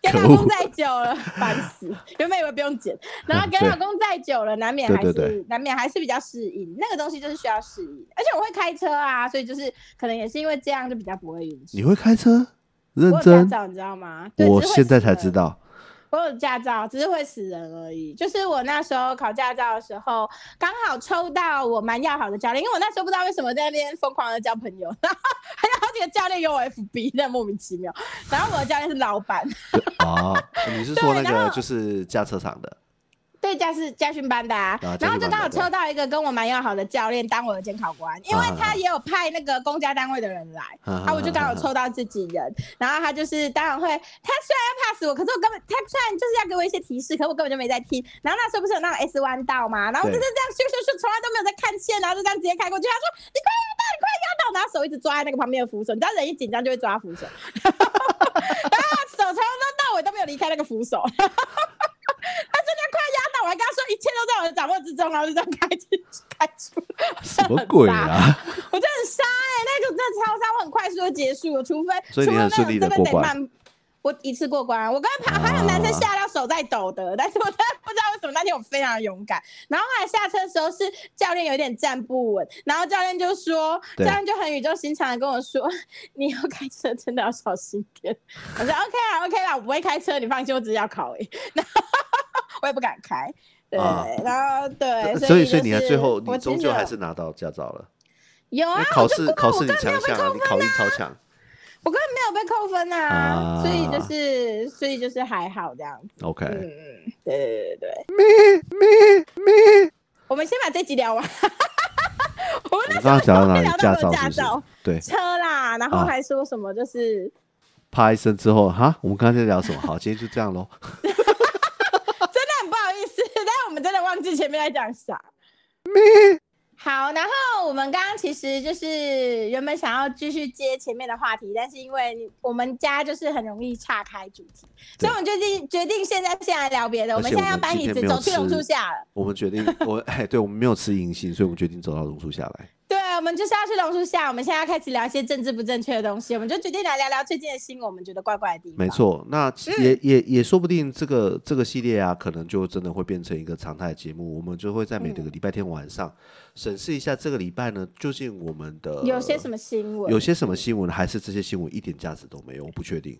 B: 跟
A: 可
B: 老公
A: 恶
B: 在久了，烦死。原本以为不 用剪，然后跟
A: 啊对
B: 老公在久了，难免
A: 对
B: 还
A: 对
B: 是
A: 对
B: 难免还是比较适应，那个东西就是需要适应。而且我会开车啊，所以就是可能也是因为这样，就比较不会晕车。
A: 你会开车？认
B: 我有驾
A: 真？
B: 照，你知道吗？对
A: 我
B: 只是会呃
A: 现在
B: 死
A: 才
B: 人
A: 知 道。
B: 我有驾照，只是会死人而已。就是我那时候考驾照的时候，刚好抽到我蛮要好的教练，因为我那时候不知道为什么在那边疯狂的交朋友， 然后还有好几个教练有我 FB，那莫名其妙。然后我的教练是老板，
A: 哦，你是说那
B: 对然
A: 个
B: 后
A: 就是驾车场的？
B: 对，驾是驾训班的、啊，
A: 啊
B: 然后就刚好
A: 驾训班的对
B: 抽到一个跟我蛮要好的教练当我的监考官，因为他也有派那个公家单位的人来。啊，
A: 啊
B: 我就刚好抽到自己人，然后他就是当然会，他虽然要 pass 我，可是我根本他虽然就是要给我一些提示，可我根本就没在听。然后那时候不是有那种 S 弯道嘛，然后我就是这样咻咻咻，从来都没有在看线，然后就这样直接开过去。他说你快压到，你快压到，然后手一直抓在那个旁边的扶手，你知道人一紧张就会抓扶手， 然后手从头到尾都没有离开那个扶手。 他真的快压到，我还跟他说一切都在我的掌握之中，然后就这样开进去开出来。
A: 什么鬼 啊？
B: 我真的很杀哎、那个真的超杀，我很快速就结束了，除非
A: 所以你很顺利地
B: 除
A: 过
B: 非那种真得
A: 关
B: 慢。我一次过关，我刚才爬，还有男生吓到手在抖的，但是我真的不知道为什么那天我非常勇敢。然后后来下车的时候是教练有点站不稳，然后教练就说，教
A: 对
B: 练就很语重心长的跟我说，你以后开车真的要小心点。我说 OK 啊 OK 啦，我不会开车，你放心，我只是要考而已。 然后我也不敢开，对，
A: 啊
B: 然后对，
A: 所以所
B: 所
A: 以你还最后你终究还
B: 是
A: 是拿到驾照了。
B: 我其实有有啊
A: 哎，考
B: 我就
A: 试
B: 过
A: 考
B: 我
A: 试你
B: 根本
A: 强
B: 没有被
A: 项啊，你考运超强。
B: 我根本没有被扣分啊，
A: 啊
B: 所以就是所以就是还好这样子。
A: OK，、
B: 嗯嗯，对对对对。咩咩咩，我们先把这集聊完。 我们
A: 我
B: 那
A: 们刚刚讲到哪里
B: 聊？
A: 驾
B: 到
A: 照
B: 我
A: 是
B: 驾
A: 不是
B: 照？
A: 对，
B: 车啦，然后
A: 啊
B: 还说什么就是、
A: 啪一声之后，哈，我们刚才在聊什么？好，今天就这样喽。
B: 真的很不好意思， 但我们真的忘记前面在讲啥。好，然后我们刚刚其实就是原本想要继续接前面的话题，但是因为我们家就是很容易岔开主题，所以我们决定决定现在先来聊别的。
A: 而
B: 我们
A: 且
B: 现在
A: 我
B: 要
A: 们
B: 搬
A: 今
B: 椅
A: 天
B: 子
A: 没有
B: 走去榕树
A: 吃
B: 下了，
A: 我们决定，我哎，对我们没有吃银杏，所以我们决定走到榕树下来。
B: 对，我们就是要去榕树下。我们现在要开始聊一些政治不正确的东西，我们就决定来聊聊最近的新闻，我们觉得怪怪的地方。
A: 没，错，那
B: 嗯
A: 也、也也说不定这个这个系列啊，可能就真的会变成一个常态节目。我们就会在
B: 嗯
A: 每个礼拜天晚上审视一下这个礼拜呢，究竟我们的
B: 有些什么新闻？
A: 有些什么新闻，还是这些新闻一点价值都没有，我不确定。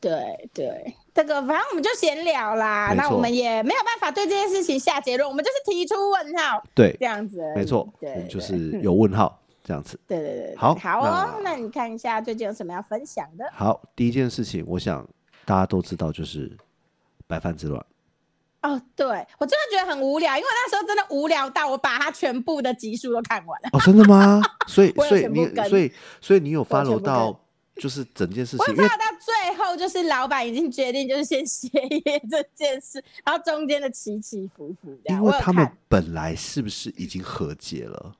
B: 对对，这个反正我们就闲聊啦，
A: 没
B: 那我
A: 错
B: 们也没有办法对这件事情下结论，我们就是提出问号
A: 对
B: 这，样子而已。
A: 没错，我
B: 对，
A: 们就
B: 对嗯
A: 是有问号这样子。
B: 对对对对，
A: 好
B: 好哦，
A: 那
B: 那你看一下最近有什么要分享的？
A: 好，第一件事情，我想大家都知道就是白饭之乱。
B: 哦，对我真的觉得很无聊，因为我那时候真的无聊到我把它全部的集数都看完了，
A: 哦，真的吗？所以
B: 我有
A: 所以
B: 全部
A: 你
B: 跟
A: 所以所以你有
B: 全
A: follow
B: 部
A: 到就是整件事
B: 我
A: 情，因为
B: 怕到最后就是老板已经决定就是先歇业这件事，然后中间的起起伏伏这样。
A: 因
B: 我
A: 为
B: 有
A: 他们
B: 看
A: 本来是不是已经和解了？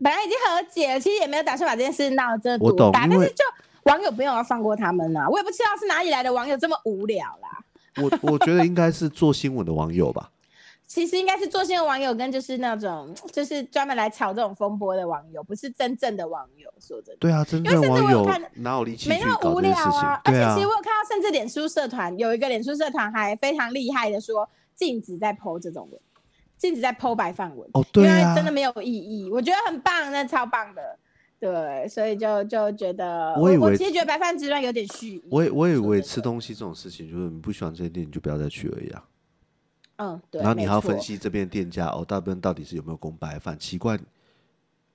B: 本来已经和解了，其实也没有打算把这件事闹得这
A: 我
B: 么
A: 懂
B: 多大，
A: 因
B: 但
A: 为
B: 是就网友不用要放过他们啊！我也不知道是哪里来的网友这么无聊啦。
A: 我我觉得应该是做新闻的网友吧。
B: 其实应该是做新闻网友跟就是那种就是专门来炒这种风波的网友，不是真正的网友。说真的，
A: 对啊，真
B: 因为
A: 正
B: 甚至
A: 网
B: 我有
A: 友
B: 看
A: 哪有力气
B: 没
A: 去
B: 那么
A: 搞
B: 无
A: 这件
B: 聊
A: 事情
B: 啊！。而
A: 对
B: 且
A: 啊
B: 其，实我有看到，甚至脸书社团有一个脸书社团还非常厉害的说，禁止在剖这种文，禁止在剖白饭文。
A: 哦，对
B: 因
A: 啊
B: 为，真的没有意义，我觉得很棒，那超棒的。对，所以就就觉得，
A: 我以为
B: 我其实觉得白饭之乱有点蓄意。
A: 我也我以
B: 说
A: 为
B: 真的
A: 吃东西这种事情，就是你不喜欢这间店，你就不要再去而已啊。
B: 嗯，对，
A: 然后你还要
B: 没错
A: 分，析这边的店家哦，大部分到底是有没有供白饭？奇怪，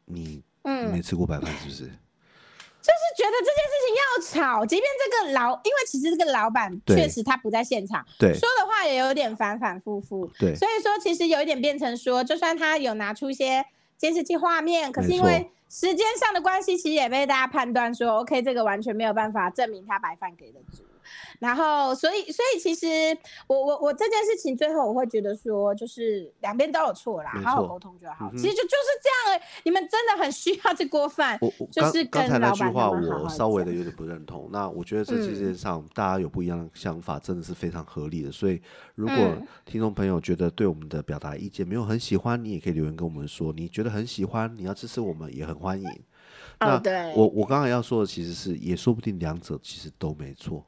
A: 你你
B: 嗯，
A: 没吃过白饭是不是？
B: 就是觉得这件事情要吵，即便这个老，因为其实这个老板
A: 对
B: 确实他不在现场，
A: 对
B: 说的话也有点反反复复，
A: 对
B: 所以说其实有一点变成说，就算他有拿出一些监视器画面，可是
A: 没
B: 因
A: 错
B: 为时间上的关系，其实也被大家判断说，OK，这个完全没有办法证明他白饭给的足。然后，所以，所以其实我我我这件事情最后我会觉得说，就是两边都有错啦
A: 没，错
B: 好好沟通就好
A: 嗯。哼
B: 其实就就是这样、欸，你们真的很需要这锅饭。
A: 我我
B: 就
A: 刚
B: 是
A: 刚
B: 跟
A: 才那
B: 老
A: 句
B: 板
A: 话，
B: 他们好
A: 我
B: 好
A: 稍微的
B: 讲
A: 有点不认同。那我觉得这世界
B: 嗯
A: 上大家有不一样的想法，真的是非常合理的。所以，如果
B: 嗯
A: 听众朋友觉得对我们的表达意见没有很喜欢，你也可以留言跟我们说，你觉得很喜欢，你要支持我们也很欢迎。
B: 哦，
A: 那
B: 对，
A: 我我刚才要说的其实是，也说不定两者其实都没错，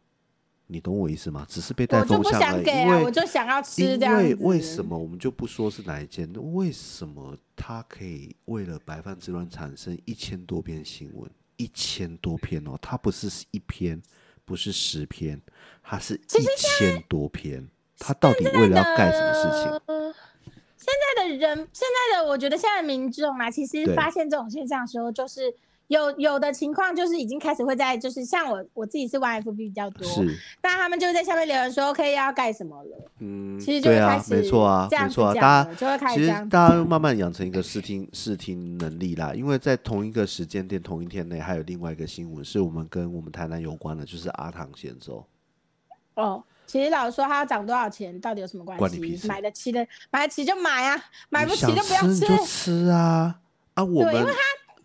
A: 你懂我意思吗？只是被带
B: 我就
A: 风
B: 不
A: 向而
B: 想
A: 已。
B: 给
A: 因
B: 啊，
A: 为
B: 我就想要吃
A: 因
B: 这样
A: 为
B: 子。
A: 为什么我们就不说是哪一间？为什么他可以为了白饭之乱产生一千多篇新闻？一千多篇哦，它不是一篇，不是十篇，它是一千多篇。他到底为了要干什么事情？
B: 呃现在的人，现在的我觉得现在的民众啊，其实
A: 对
B: 发现这种现象的时候，就是有有的情况就是已经开始会在，就是像我我自己是玩 FB 比较多，
A: 是，
B: 那他们就会在下面留言说 OK 要盖什么了，
A: 嗯，
B: 其实就会
A: 对
B: 开
A: 啊，
B: 始
A: 没错啊，
B: 这
A: 没
B: 样子
A: 错啊，
B: 讲
A: 大
B: 了
A: 家
B: 就会开始
A: 其
B: 这
A: 实
B: 样
A: 大家慢慢养成一个视听视听能力啦，因为在同一个时间点、同一天内，还有另外一个新闻是我们跟我们台南有关的，就是阿唐咸粥。
B: 哦。其实老实说，它要涨多少钱到底有什么关
A: 关你屁
B: 系？
A: 事
B: 买得起的，买得起就买啊，买
A: 你
B: 不起
A: 想
B: 就不要
A: 你就吃啊啊！我
B: 对因
A: 们
B: 为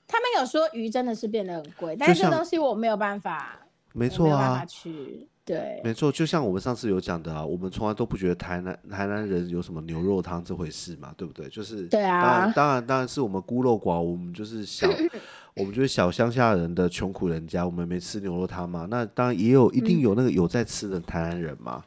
B: 他们有说鱼真的是变得很贵，但是这
A: 像
B: 东西我没有办法，
A: 没
B: 我没
A: 错
B: 有办法
A: 啊，
B: 去。对，
A: 没错，就像我们上次有讲的啊，我们从来都不觉得台南台南人有什么牛肉汤这回事嘛，对不对？就是
B: 对啊
A: 当然当然当然是我们孤陋寡闻，我们就是 小，我们就是小乡下人的穷苦人家，我们没吃牛肉汤嘛。那当然也有一
B: 嗯
A: 定有那个有在吃的台南人嘛，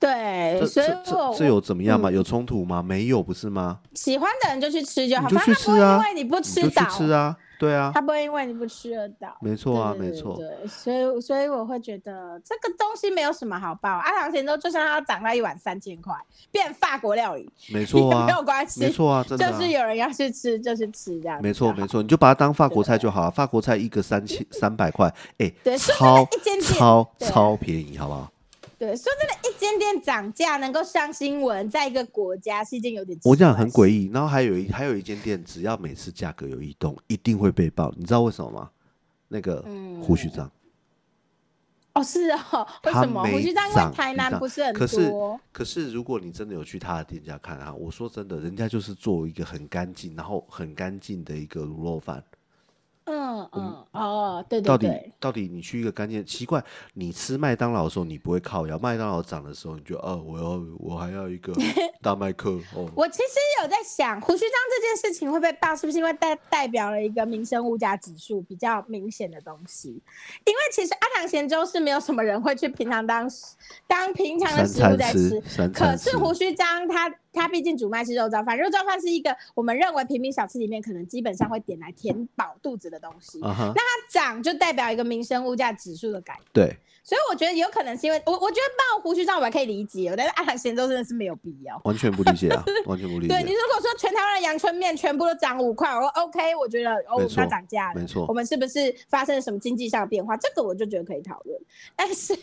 B: 对，
A: 这
B: 所以
A: 这
B: 我嗯
A: 这这有怎么样嘛？有冲突吗？没有，不是吗？
B: 喜欢的人就去吃就好，
A: 你就
B: 反正
A: 去
B: 他不会
A: 吃啊
B: 因为你不
A: 你
B: 吃
A: 就去
B: 倒，
A: 吃啊，对啊，
B: 他不会因为你不吃而倒。
A: 没错啊，
B: 对
A: 没
B: 对
A: 错。
B: 对，所以所以我会觉得这个东西没有什么好报。阿郎咸粥就算它涨到一碗三千块，变法国料理，
A: 没错啊
B: 也没有关系，
A: 没错啊，真的、啊。
B: 就是有人要去吃就去吃这样子就好，啊
A: 没错没错，你就把它当法国菜就好了。法国菜一个三千三百块，哎、
B: 对说
A: 超
B: 真的一间店
A: 超
B: 对
A: 超便宜，好不好？
B: 对，说真的，一间店涨价能够上新闻，在一个国家是一件有点
A: 我讲很诡
B: 异，
A: 异。然后还有一还有一间店，只要每次价格有异动，一定会被爆。你知道为什么吗？那个
B: 嗯
A: 胡须章，
B: 哦，是哦，为
A: 它
B: 什么？
A: 没
B: 我觉得因
A: 涨
B: 为台
A: 你
B: 南
A: 知道
B: 不是很
A: 可是
B: 多，
A: 可是如果你真的有去他的店家看啊，我说真的，人家就是做一个很干净，然后很干净的一个卤肉饭。
B: 嗯嗯，哦，对对
A: 到底
B: 对，
A: 到底你去一个干净奇怪，你吃麦当劳的时候你不会靠腰，麦当劳涨的时候你就哦，我要我还要一 个大麦克哦，
B: 我其实有在想，胡须章这件事情会被爆，是不是因为代代表了一个民生物价指数比较明显的东西？因为其实阿唐咸粥是没有什么人会去平常当当平常
A: 三
B: 的食物
A: 餐
B: 在
A: 吃，三
B: 可
A: 餐吃
B: 是，胡须章他它毕竟主卖是肉燥饭，肉燥饭是一个我们认为平民小吃里面可能基本上会点来填饱肚子的东西。
A: 啊哈，
B: 它涨就代表一个民生物价指数的改变，
A: 对，
B: 所以我觉得有可能是因为我我觉得爆胡须照我还可以理解，但是阿兰咸粥真的是没有必要。
A: 完全不理解 啊，完全不理
B: 对你
A: 解，
B: 如果说全台湾的阳春面全部都涨五块，我说 OK，我觉得哦，我
A: 没
B: 们
A: 错
B: 要涨价了，
A: 没错
B: 我们是不是发生了什么经济上的变化？这个我就觉得可以讨论， 但是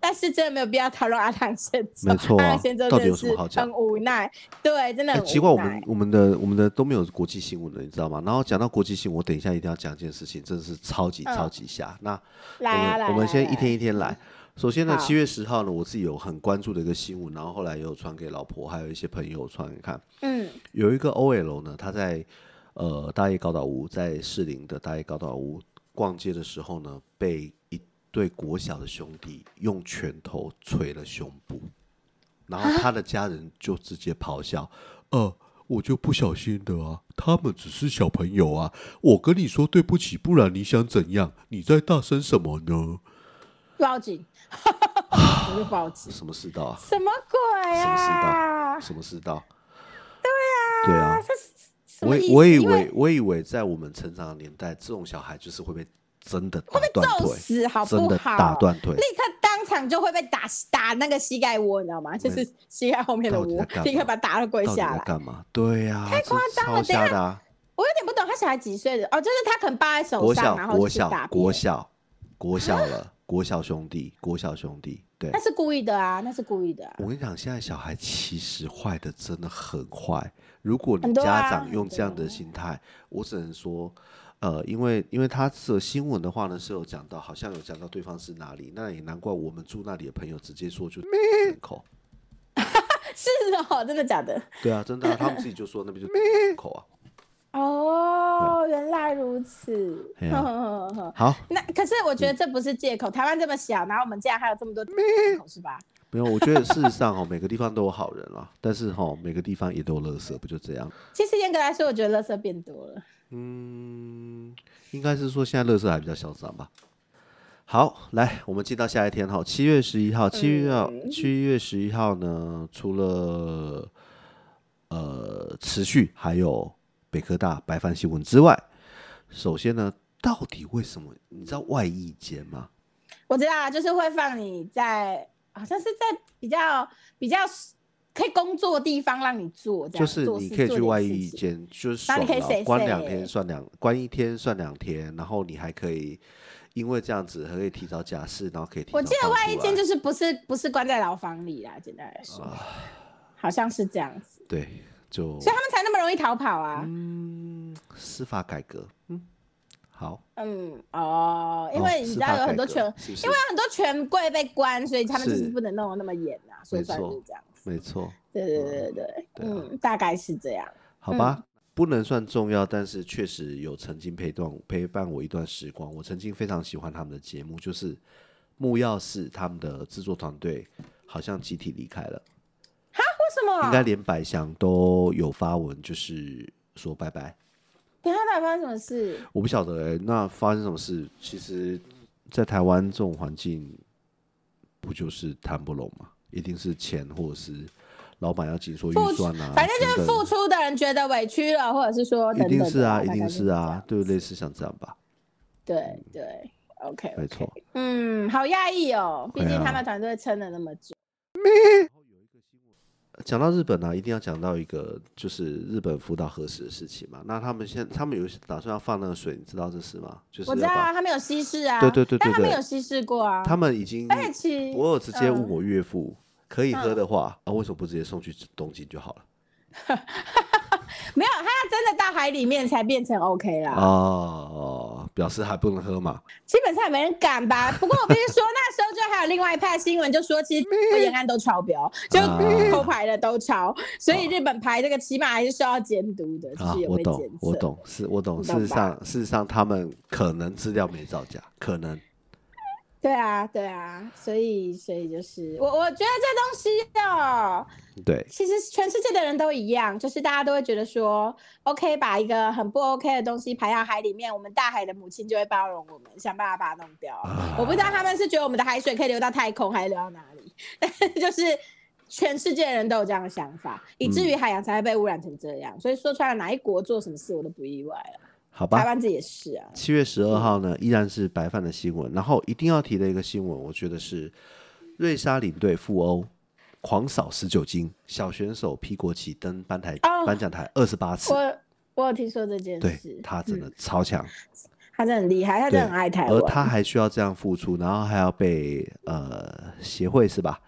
B: 但是真的没有必要讨论阿唐先州，
A: 没错啊
B: 阿唐先州
A: 到
B: 真
A: 底有
B: 的
A: 什么
B: 是
A: 好讲
B: 很无奈，对，真的很
A: 哎
B: 无奈。
A: 奇怪，我们我们的我们的都没有国际新闻了，你知道吗？然后讲到国际新闻，我等一下一定要讲一件事情，真的是超级
B: 嗯
A: 超级瞎。那
B: 来啊
A: 我
B: 来
A: 们
B: 啊
A: 我们先一天
B: 来啊
A: 一天来。首先呢，
B: 好
A: 七月十号呢，我自己有很关注的一个新闻，然后后来也有传给老婆，还有一些朋友传给看。
B: 嗯
A: 有一个 OL 呢，他在呃大叶高岛屋，在士林的大叶高岛屋逛街的时候呢，被一对国小的兄弟用拳头捶了胸部，然后他的家人就直接咆哮：“呃，我就不小心的啊，他们只是小朋友啊，我跟你说对不起，不然你想怎样？你在大声什么呢？
B: 报警， 我就 报警，
A: 什么世道啊？
B: 什么鬼
A: 什么世
B: 啊？
A: 什么世道？对啊，对啊，
B: 这是什么
A: 我
B: 意
A: 以
B: 思
A: 我以
B: 因为
A: 为我以为在我们成长的年代，这种小孩就是会被真的打
B: 会被
A: 断
B: 揍
A: 腿，
B: 死好
A: 真
B: 不
A: 的
B: 好？
A: 打断腿
B: 立。刻当场就会被打打那个膝盖窝，你知道吗？就是膝盖后面的
A: 到底在
B: 窝
A: 干嘛，
B: 立刻把他打了跪
A: 到底
B: 下
A: 在
B: 来。
A: 干嘛？对呀、
B: 太
A: 这
B: 夸张
A: 超
B: 了等一
A: 吓的、啊！
B: 我有点不懂，他小孩几岁的？哦，就是他可能抱在手
A: 国
B: 上，
A: 小
B: 然后
A: 国
B: 就是打
A: 小
B: 别
A: 国
B: 人。
A: 小国小了，国小兄弟国小兄弟，对
B: 那。是故意的啊，那是故意的啊、
A: 我跟你讲，现在小孩其实坏的真的很坏。如果你
B: 很多
A: 家
B: 啊
A: 长
B: 很
A: 用这样的
B: 多
A: 心态，我只能说，呃，因为因为他这新闻的话呢是有讲到，好像有讲到对方是哪里，那也难怪我们住那里的朋友直接说就人口，
B: 是哦，真的假的？
A: 对啊，真的啊、他们自己就说那边就人口啊。
B: 哦，原来如此。
A: 哎呀嗯好，
B: 那可是我觉得这不是借口，台湾这么小，然后我们竟然还有这么多 借口，是吧？
A: 没有，我觉得事实上哦，每个地方都有好人啦，但是哈、哦，每个地方也都有垃圾，不就这样？
B: 其实严格来说，我觉得垃圾变多了。
A: 嗯，应该是说现在乐色还比较嚣张吧。好，来，我们进到下一天哈，七月十一号，七月号，
B: 嗯
A: 七月十一号呢，除了呃持续还有北科大白饭新闻之外，首先呢，到底为什么你知道外溢间吗？
B: 我知道啊，就是会放你在，好像是在比较比较可以工作的地方让你做，这
A: 就
B: 样
A: 是
B: 啊做
A: 你
B: 事
A: 可以
B: 做
A: 去
B: 点
A: 外
B: 事
A: 衣
B: 情
A: 间，就是爽
B: 然后你可以
A: 劳，
B: 谁
A: 关
B: 谁
A: 两天算两，关一天算两天，然后你还可以因为这样子还可以提早假释，然后可以提早
B: 我记得
A: 放
B: 外
A: 出
B: 衣间
A: 来
B: 就是不是不是关在牢房里啦，简单来说，
A: 啊
B: 好像是这样子，
A: 对，就
B: 所以他们才那么容易逃跑啊。
A: 嗯，司法改革，嗯，好，
B: 嗯，哦，因
A: 哦
B: 为你
A: 司
B: 知道
A: 法
B: 有很
A: 改
B: 多
A: 革
B: 权，
A: 是不
B: 因为
A: 是
B: 有很多权贵被关，所以他们就是是不能弄得那么严啊，所
A: 没
B: 以算
A: 错
B: 是这样子。
A: 没错，
B: 对对对对对，
A: 对啊
B: 嗯，大概是这样。
A: 好吧。不能算重要，但是确实有曾经陪伴陪伴我一段时光。我曾经非常喜欢他们的节目，就是木曜四他们的制作团队好像集体离开了。
B: 为什么？
A: 应该连百祥都有发文，就是说拜拜。
B: 等一下到底发生什么事？
A: 我不晓得、欸，那发生什么事？其实，在台湾这种环境，不就是谈不拢吗？一定是钱或者是老板要紧缩
B: 付
A: 预
B: 出
A: 算啊，
B: 反正就是
A: 等等
B: 付出的人觉得委屈了，或者是说等
A: 一
B: 等
A: 定是
B: 的
A: 啊，
B: 大
A: 一
B: 概
A: 定
B: 就是这
A: 啊
B: 样，
A: 对，类似像这样吧，
B: 对对，OK，
A: 没错。
B: 嗯，好压抑哦，毕
A: 对
B: 竟
A: 啊
B: 他们团队撑了那么久，
A: 讲到日本呢、一定要讲到一个就是日本福岛核实的事情嘛。那他们现他们有打算要放那个水，你知道这事吗？就是
B: 我知
A: 要
B: 道
A: 把
B: 啊，他们有稀释啊，
A: 对对对
B: 但
A: 对
B: 他们
A: 对
B: 有稀释过啊，
A: 他们已经
B: 而且其
A: 我有直接问
B: 嗯
A: 我岳父，可以喝的话、啊，为什么不直接送去东京就好了？
B: 没有，他要真的到海里面才变成 OK
A: 啊
B: 啦，
A: 哦，表示还不能喝嘛？
B: 基本上也没人敢吧。不过我必须说，那时候就还有另外一派新闻就说， 其实沿岸都超标，就
A: 啊
B: 偷牌的都超，所以日本牌这个起码还是受到监督的，就
A: 啊
B: 是，有
A: 我
B: 被
A: 懂
B: 检，
A: 我
B: 测。
A: 懂，是我懂。
B: 你
A: 事
B: 懂
A: 实
B: 吧
A: 上，事实上他们可能资料没造假，可能
B: 对啊，对啊，所以所以就是我我觉得这东西哦，
A: 对，
B: 其实全世界的人都一样，就是大家都会觉得说，OK，把一个很不 OK 的东西排到海里面，我们大海的母亲就会包容我们，想办法把它弄掉。
A: 啊
B: 我不知道他们是觉得我们的海水可以流到太空，还是流到哪里，但是就是全世界人都有这样的想法，以至
A: 嗯
B: 于海洋才会被污染成这样。所以说穿了哪一国做什么事，我都不意外了。
A: 好
B: 台
A: 吧。
B: 湾自己也是啊，
A: 七月十二号呢，依然是白饭的新闻，然后一定要提的一个新闻，我觉得是瑞莎领队赴欧狂扫十九金，小选手披国旗登颁台、
B: 哦
A: 颁奖台二十八次，
B: 我我有听说这件
A: 对
B: 事，
A: 他真
B: 嗯
A: 的超强。
B: 他真的很厉害，他真的很爱台
A: 而
B: 湾。
A: 他还需要这样付出，然后还要被呃协会是吧？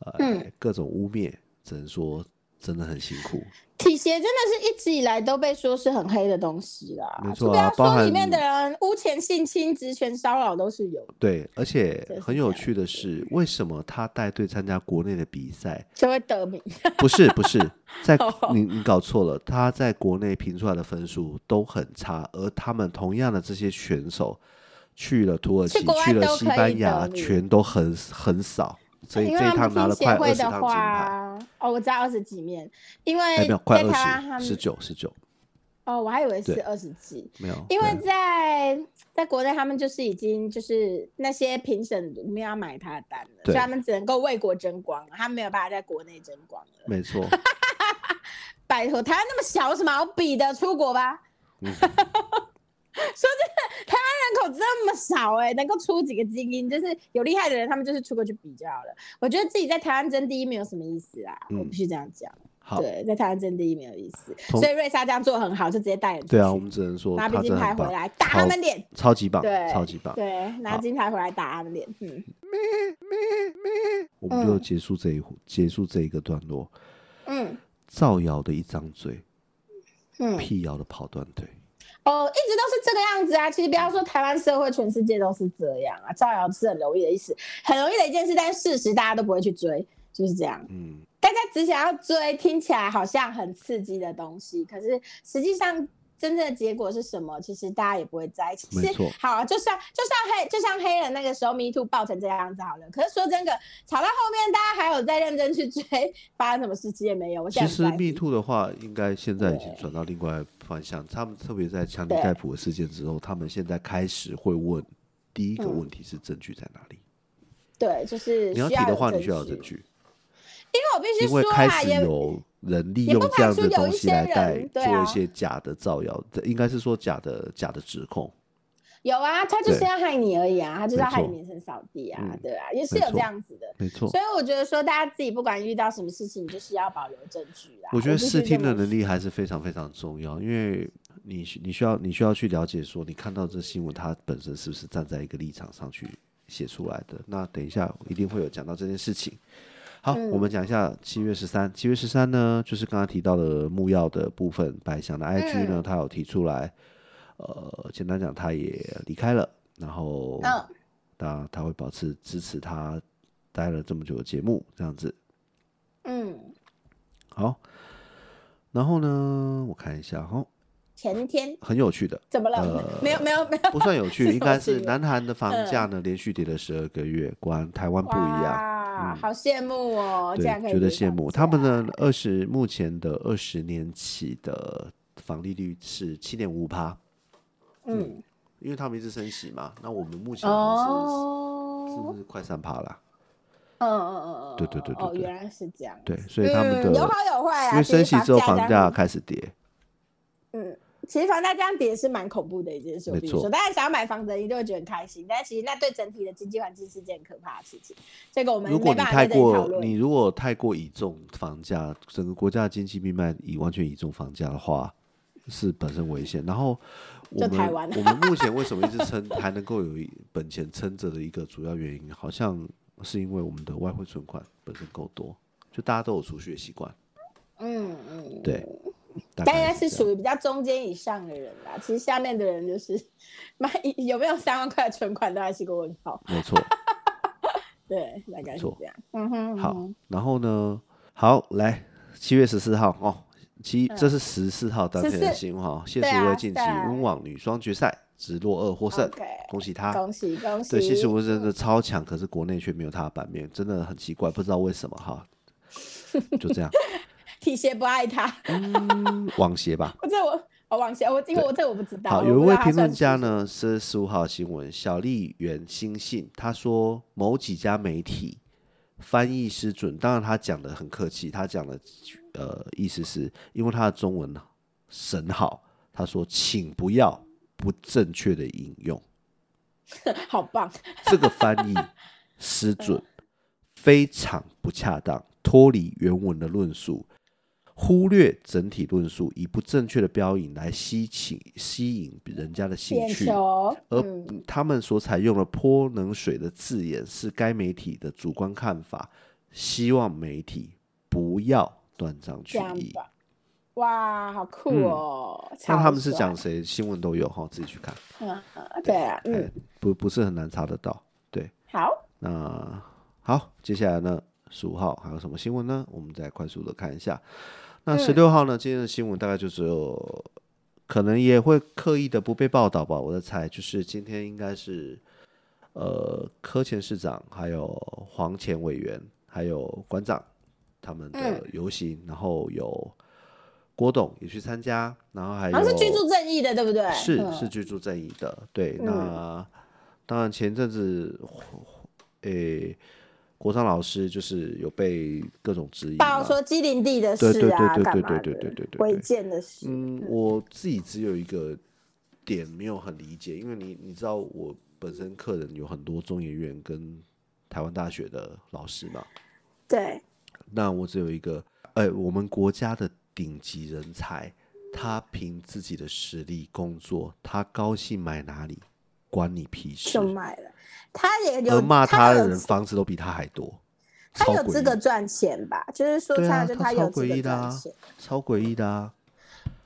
A: 呃，
B: 嗯
A: 各种污蔑，只能说真的很辛苦。
B: 体协真的是一直以来都被说是很黑的东西啦，
A: 没
B: 就
A: 错
B: 不
A: 啊
B: 要
A: 包
B: 说
A: 含
B: 里面的人污钱、性侵、职权骚扰都是有的，
A: 对，而且
B: 这是
A: 很
B: 这
A: 有
B: 样
A: 趣的是，为什么他带队参加国内的比赛？
B: 就会得名。
A: 不是不 是，在
B: 哦
A: 你你搞错了，他在国内评出来的分数都很差，而他们同样的这些选手去了土耳
B: 去
A: 其
B: 国、外
A: 去了
B: 都
A: 西
B: 可以
A: 班
B: 得
A: 牙，
B: 名
A: 全都很很少，所以
B: 因
A: 这
B: 为
A: 一
B: 他
A: 趟
B: 们
A: 拿了快
B: 听
A: 二
B: 协会
A: 十
B: 的
A: 趟金牌。
B: 话，哦，我知道二十几面，因为
A: 哎，没有，快
B: 在台湾他
A: 二十，十
B: 们，
A: 九，十九，
B: 哦，我还以为
A: 对
B: 是二十几，
A: 没有，
B: 因为
A: 对
B: 在在国内他们就是已经就是那些评审没有要买他的单了，所
A: 对
B: 以他们只能够为国争光，他们没有办法在国内争光了。
A: 没 错，
B: 拜托，台湾那么小，有什么好比的？出国吧。
A: 嗯
B: 说真的，台湾人口这么少、哎，能够出几个精英，就是有厉害的人，他们就是出国去比较了。我觉得自己在台湾争第一没有什么意思啊，
A: 嗯
B: 我必须这样讲。
A: 好，
B: 对，在台湾争第一没有意思，
A: 同
B: 所以瑞莎这样做很好，就直接带人出去
A: 对啊，我们只能说他
B: 拿比
A: 真
B: 金
A: 的
B: 牌
A: 很
B: 回
A: 棒，
B: 来打他
A: 好
B: 们脸，
A: 超级棒，
B: 对
A: 超级棒。
B: 对，拿
A: 好
B: 金牌回来打他们脸。嗯
A: 我们就
B: 嗯
A: 结束这一户，结束这一个段落。
B: 嗯
A: 造谣的一张嘴，
B: 嗯，
A: 辟谣的跑断腿。
B: 哦，一直都是这个样子啊。其实不要说台湾社会，全世界都是这样啊。造谣是很容易的意思，很容易的一件事，但是事实大家都不会去追，就是这样。
A: 嗯，
B: 大家只想要追听起来好像很刺激的东西，可是实际上。真正的结果是什么？其实大家也不会在一起。
A: 没错
B: 好、啊就像就像黑就像黑人那个时候 Me Too 爆成这样子好了。可是说真的，吵到后面大家还有在认真去追，发生什么事情也没有。我现
A: 其
B: 在
A: 实
B: 很在乎
A: 密兔的话，应该现在已经
B: 对
A: 转到另外方向。他们特别在强尼
B: 对
A: 戴普的事件之后，他们现在开始会问第一个
B: 嗯
A: 问题是证据在哪里？
B: 对，就是
A: 你要
B: 需
A: 提
B: 有
A: 的话，你需
B: 需
A: 要有证。据，
B: 因为我必须
A: 因为
B: 说
A: 开
B: 啊，
A: 始
B: 也
A: 有人利
B: 也
A: 用
B: 不
A: 这
B: 排
A: 样
B: 除
A: 的
B: 有
A: 东
B: 一
A: 西
B: 些
A: 来带
B: 人对
A: 做
B: 啊
A: 一些假的造谣，应该是说假的假的指控。
B: 有啊，他就是要害你而已啊，他就是要害你
A: 没错
B: 名声扫地啊，
A: 嗯
B: 对啊，也是
A: 没
B: 有
A: 错
B: 这样子的。
A: 没错
B: 所，以我觉得说，大家自己不管遇到什么事情，就是要保留证据啊。
A: 我觉得
B: 必须
A: 视听
B: 这么
A: 的能力还是非常非常重要，因为你需你需要你需要去了解说，你看到这新闻它本身是不是站在一个立场上去写出来的。那等一下一定会有讲到这件事情。好，我们讲一下七月十三。七月十三呢，就是刚刚提到的木曜的部分，白翔的 IG 呢，
B: 嗯
A: 他有提出来，呃，简单讲，他也离开了，然后
B: 说。嗯，
A: 那他会保持支持他待了这么久的节目这样子。
B: 嗯，
A: 好，然后呢，我看一下，哦，
B: 前天
A: 很有趣的，
B: 怎么了？
A: 呃
B: 没有没有没有，
A: 不算有趣， 应
B: 是嗯什
A: 该
B: 么
A: 是
B: 新闻
A: 南韩的房价呢、连续跌了十二个月，果然台湾不一样，
B: 哇，
A: 嗯
B: 好羡慕哦，
A: 对
B: 这样，可以
A: 觉得
B: 比较
A: 羡慕。
B: 一下
A: 他们呢，二十目前的二十年期的房利率是七点五趴，
B: 嗯
A: 因为他们一直升息嘛，那我们目前好像是、是
B: 哦
A: 不，是快三趴啦？
B: 嗯嗯嗯嗯，
A: 对对对对
B: 哦，
A: 对
B: 原来是这样。
A: 对，所以他们的、
B: 嗯有好有坏啊，
A: 因为
B: 其实
A: 升息之后
B: 房
A: 房
B: 这样
A: 价开始跌，
B: 嗯，其实房价这样跌是蛮恐怖的一件事。我
A: 没
B: 必须说，
A: 错
B: 大家想要买房子，一定会觉得很开心，但其实那对整体的经济环境是件很可怕的事情。这个我们
A: 如果
B: 没
A: 你
B: 办法
A: 太
B: 在这里讨
A: 过，
B: 论。
A: 你如果太过倚重房价，整个国家的经济命脉以完全倚重房价的话，是本身危险。然 后我
B: 就台
A: 们
B: 湾
A: 我们目前为什么一直撑还能够有一本钱撑着的一个主要原因，好像是因为我们的外汇存款本身够多，就大家都有储蓄的习惯。
B: 嗯嗯，
A: 对，大
B: 大
A: 概
B: 家是
A: 是这样
B: 属于比较中间以上的人啦。其实下面的人就是买有没有三万块的存款，当然是个问号。
A: 没错。
B: 对，大概
A: 没
B: 是
A: 错
B: 这样。嗯哼，嗯
A: 好
B: 哼，，
A: 然后呢？好，来七月十四号哦，七这是十四号当天的
B: 14
A: 新闻哈，谢
B: 啊对
A: 淑薇
B: 啊
A: 晋级
B: 对啊
A: 温网女双决赛，直落二获胜
B: OK，
A: 恭喜她！
B: 恭喜恭
A: 啊
B: 喜！
A: 对，谢淑薇真的超强，可是国内却没有她的版面，真的很奇怪，不知道为什么哈。就这样，
B: 体协不爱他，
A: 嗯，网协吧。
B: 我这我我往下，我因为我这我不知道。
A: 好，
B: 我
A: 有
B: 不
A: 一
B: 知
A: 位
B: 道他
A: 评论
B: 算是
A: 家
B: 不是？
A: 呢是十五号新闻，小笠原新信，他说某几家媒体翻译失准，当然他讲的很客气，他讲的呃意思是因为他的中文神好，他说请不要不正确的引用，
B: 好棒，
A: 这个翻译失准，非常不恰当，脱离原文的论述，忽略整体论述，以不正确的标引来吸起吸引人家的兴
B: 眼
A: 趣。
B: 球，
A: 而
B: 嗯，
A: 他们所采用的泼冷水的字眼是该媒体的主观看法，希望媒体不要断章取
B: 这样
A: 义。
B: 吧，哇，好酷
A: 嗯
B: 哦，超
A: 像他们是
B: 帅
A: 讲，谁新闻都有哈，自己去看，
B: 嗯，对啊，嗯
A: 哎，不不是很难查得到。对，
B: 好，
A: 那好，接下来呢，十五号还有什么新闻呢？我们再快速的看一下。那
B: 嗯
A: 十六号呢，今天的新闻大概就只有，可能也会刻意的不被报道吧，我在猜，就是今天应该是，呃，柯前市长、还有黄前委员、还有馆长他们的
B: 嗯
A: 游行，然后有郭董也去参加，然后还有
B: 好像是居住正义的，对不对？
A: 哎是
B: 嗯
A: 是居住正义的，对。
B: 嗯
A: 那当然前阵子，诶、国昌老师就是有被各种质疑
B: 报
A: 嘛
B: 说基林地的
A: 对
B: 事
A: 对
B: 啊，
A: 对对
B: 干
A: 对
B: 嘛
A: 对
B: 的
A: 对对对对
B: 违
A: 对
B: 建的事，
A: 嗯，我自己只有一个点没有很理解，因为你你知道我本身客人有很多中研院跟台湾大学的老师嘛，
B: 对，
A: 那我只有一个，哎、我们国家的顶级人才，他凭自己的实力工作，他高兴买哪里，关你屁事
B: 就。卖了，他也有
A: 而呃骂
B: 他
A: 他
B: 有
A: 的人房子都比他还多，
B: 他
A: 超
B: 有
A: 诡
B: 资
A: 异
B: 格赚钱吧？就是说
A: 对
B: 穿
A: 啊
B: 了，就
A: 他
B: 他有
A: 超
B: 资
A: 诡
B: 格
A: 异的
B: 赚
A: 啊
B: 钱。，
A: 超诡异的啊。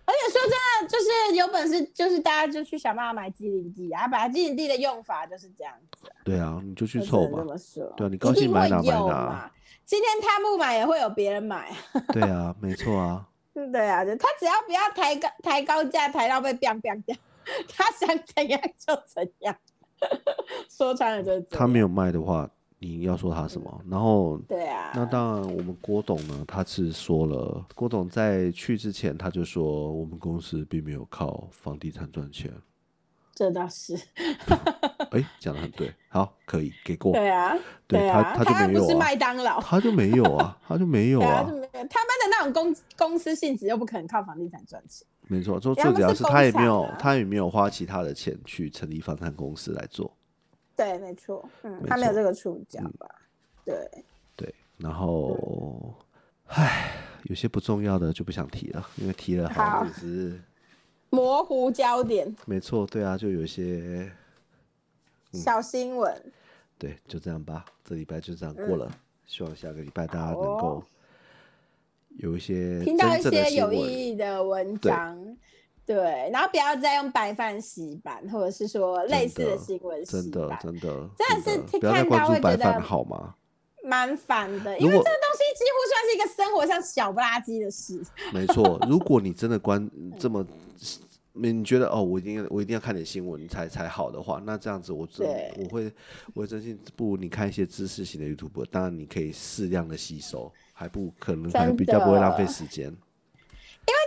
B: 而且说真的，就是有本事，就是大家就去想办法买机灵地啊，本来机灵地的用法就是这样子啊，
A: 对啊，你就去
B: 我只
A: 凑
B: 能这
A: 嘛。
B: 么说。
A: 对啊你
B: 一
A: 高兴
B: 定
A: 买
B: 会
A: 哪买
B: 有
A: 哪啊
B: 嘛。今天他不买，也会有别人买啊。
A: 对啊，没错 啊。
B: 对啊，就他只要不要抬高抬高价，抬到被 biang biang 掉，他想怎样就怎样。 说穿了就是这
A: 他
B: 样。
A: 没有卖的话，你要说他什么？然后，
B: 对啊，
A: 那当然，我们郭董呢，他是说了，郭董在去之前他就说，我们公司并没有靠房地产赚钱。
B: 这倒是。
A: 哎，讲的很对，好，可以给过。
B: 对啊，
A: 对
B: 对啊，
A: 他他就没
B: 又不是
A: 有啊
B: 麦当劳。
A: 他就没有啊，他就没有
B: 对啊，
A: 啊
B: 就，没有他们的那种公公司性质又不可能靠房地产赚钱。
A: 没错。就
B: 他
A: 最主
B: 们
A: 要
B: 是
A: 是
B: 工
A: 他也没
B: 厂
A: 有
B: 啊，
A: 他也没有花其他的钱去成立房产公司来做。
B: 对，没错，嗯，
A: 没
B: 他没
A: 错
B: 有
A: 嗯
B: 这个触角吧？对，
A: 对，然后，唉，有些不重要的就不想提了，因为提了好
B: 好
A: 像也是
B: 模糊焦点，
A: 没错，对啊，就有一些嗯
B: 小新闻，
A: 对，就这样吧，这礼拜就这样过了，希望下个礼拜大家能
B: 嗯好哦
A: 够有一些
B: 听到
A: 真
B: 一
A: 正的
B: 些
A: 新
B: 有
A: 闻。
B: 意义的文
A: 对
B: 章。对，然后不要再用白饭洗版，或者是说类似的
A: 的
B: 新闻洗
A: 真的，
B: 版，
A: 真的，
B: 真的是
A: 不要
B: 看
A: 再关
B: 到会
A: 注
B: 觉
A: 白
B: 得
A: 饭好吗？
B: 蛮烦的，因
A: 如果
B: 为这个东西几乎算是一个生活上小不拉几的事。
A: 没错，如果你真的关这么，你觉得哦，我一定要我一定要看点新闻才才好的话，那这样子我真
B: 对
A: 我会我会真心不如你看一些知识型的 YouTube，当然你可以适量的吸收，还不可能还
B: 真
A: 比较不会
B: 的
A: 浪费时间。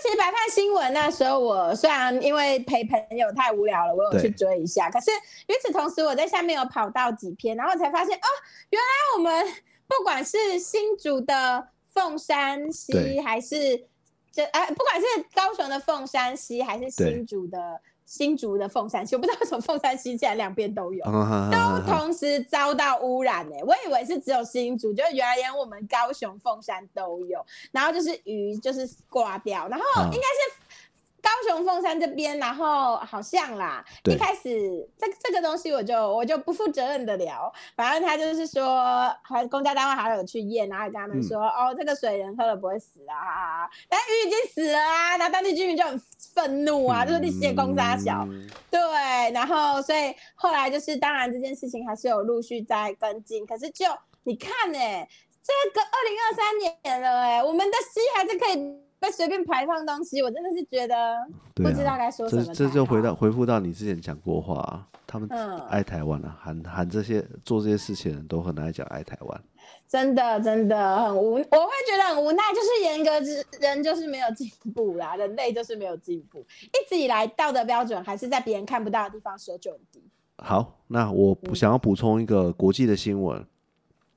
B: 其实白饭新闻那时候我，虽然因为陪朋友太无聊了，我有
A: 对
B: 去追一下，可是与此同时，我在下面有跑到几篇，然后才发现哦，原来我们不管是新竹的凤山西，
A: 对
B: 还是这呃，不管是高雄的凤山西，还是
A: 对
B: 新竹的新竹的凤山西，我不知道为什么凤山西竟然两边都有。
A: 啊哈哈哈
B: 都
A: 哈
B: 同时遭到污染呢、我以为是只有新竹，就原来连我们高雄凤山都有，然后就是鱼就是挂掉，然后
A: 啊
B: 应该是高雄凤山这边，然后好像啦，
A: 对
B: 一开始这这个东西我就我就不负责任的聊，反正他就是说，还公家单位还有去验，然后还跟他们说，哦，这个水人喝了不会死啊啊，啊啊但鱼已经死了啊，然后当地居民就很愤怒啊，就说你写公杀小。
A: 嗯
B: 对，然后所以后来就是，当然这件事情还是有陆续在跟进，可是就你看呢、这个二零二三年了、欸，哎，我们的西还是可以被随便排放东西，我真的是觉得
A: 对
B: 不知道
A: 啊，
B: 该说什
A: 这
B: 么才好。
A: 这就回到回复到你之前讲过话啊、他们
B: 嗯
A: 爱台湾啊，喊喊这些做这些事情的人都很爱讲爱台湾。
B: 真的真的很无，我会觉得很无奈，就是严格之人就是没有进步啦，人类就是没有进步，一直以来道德标准还是在别人看不到的地方说就很低。
A: 好，那我不想要补充一个国际的新闻，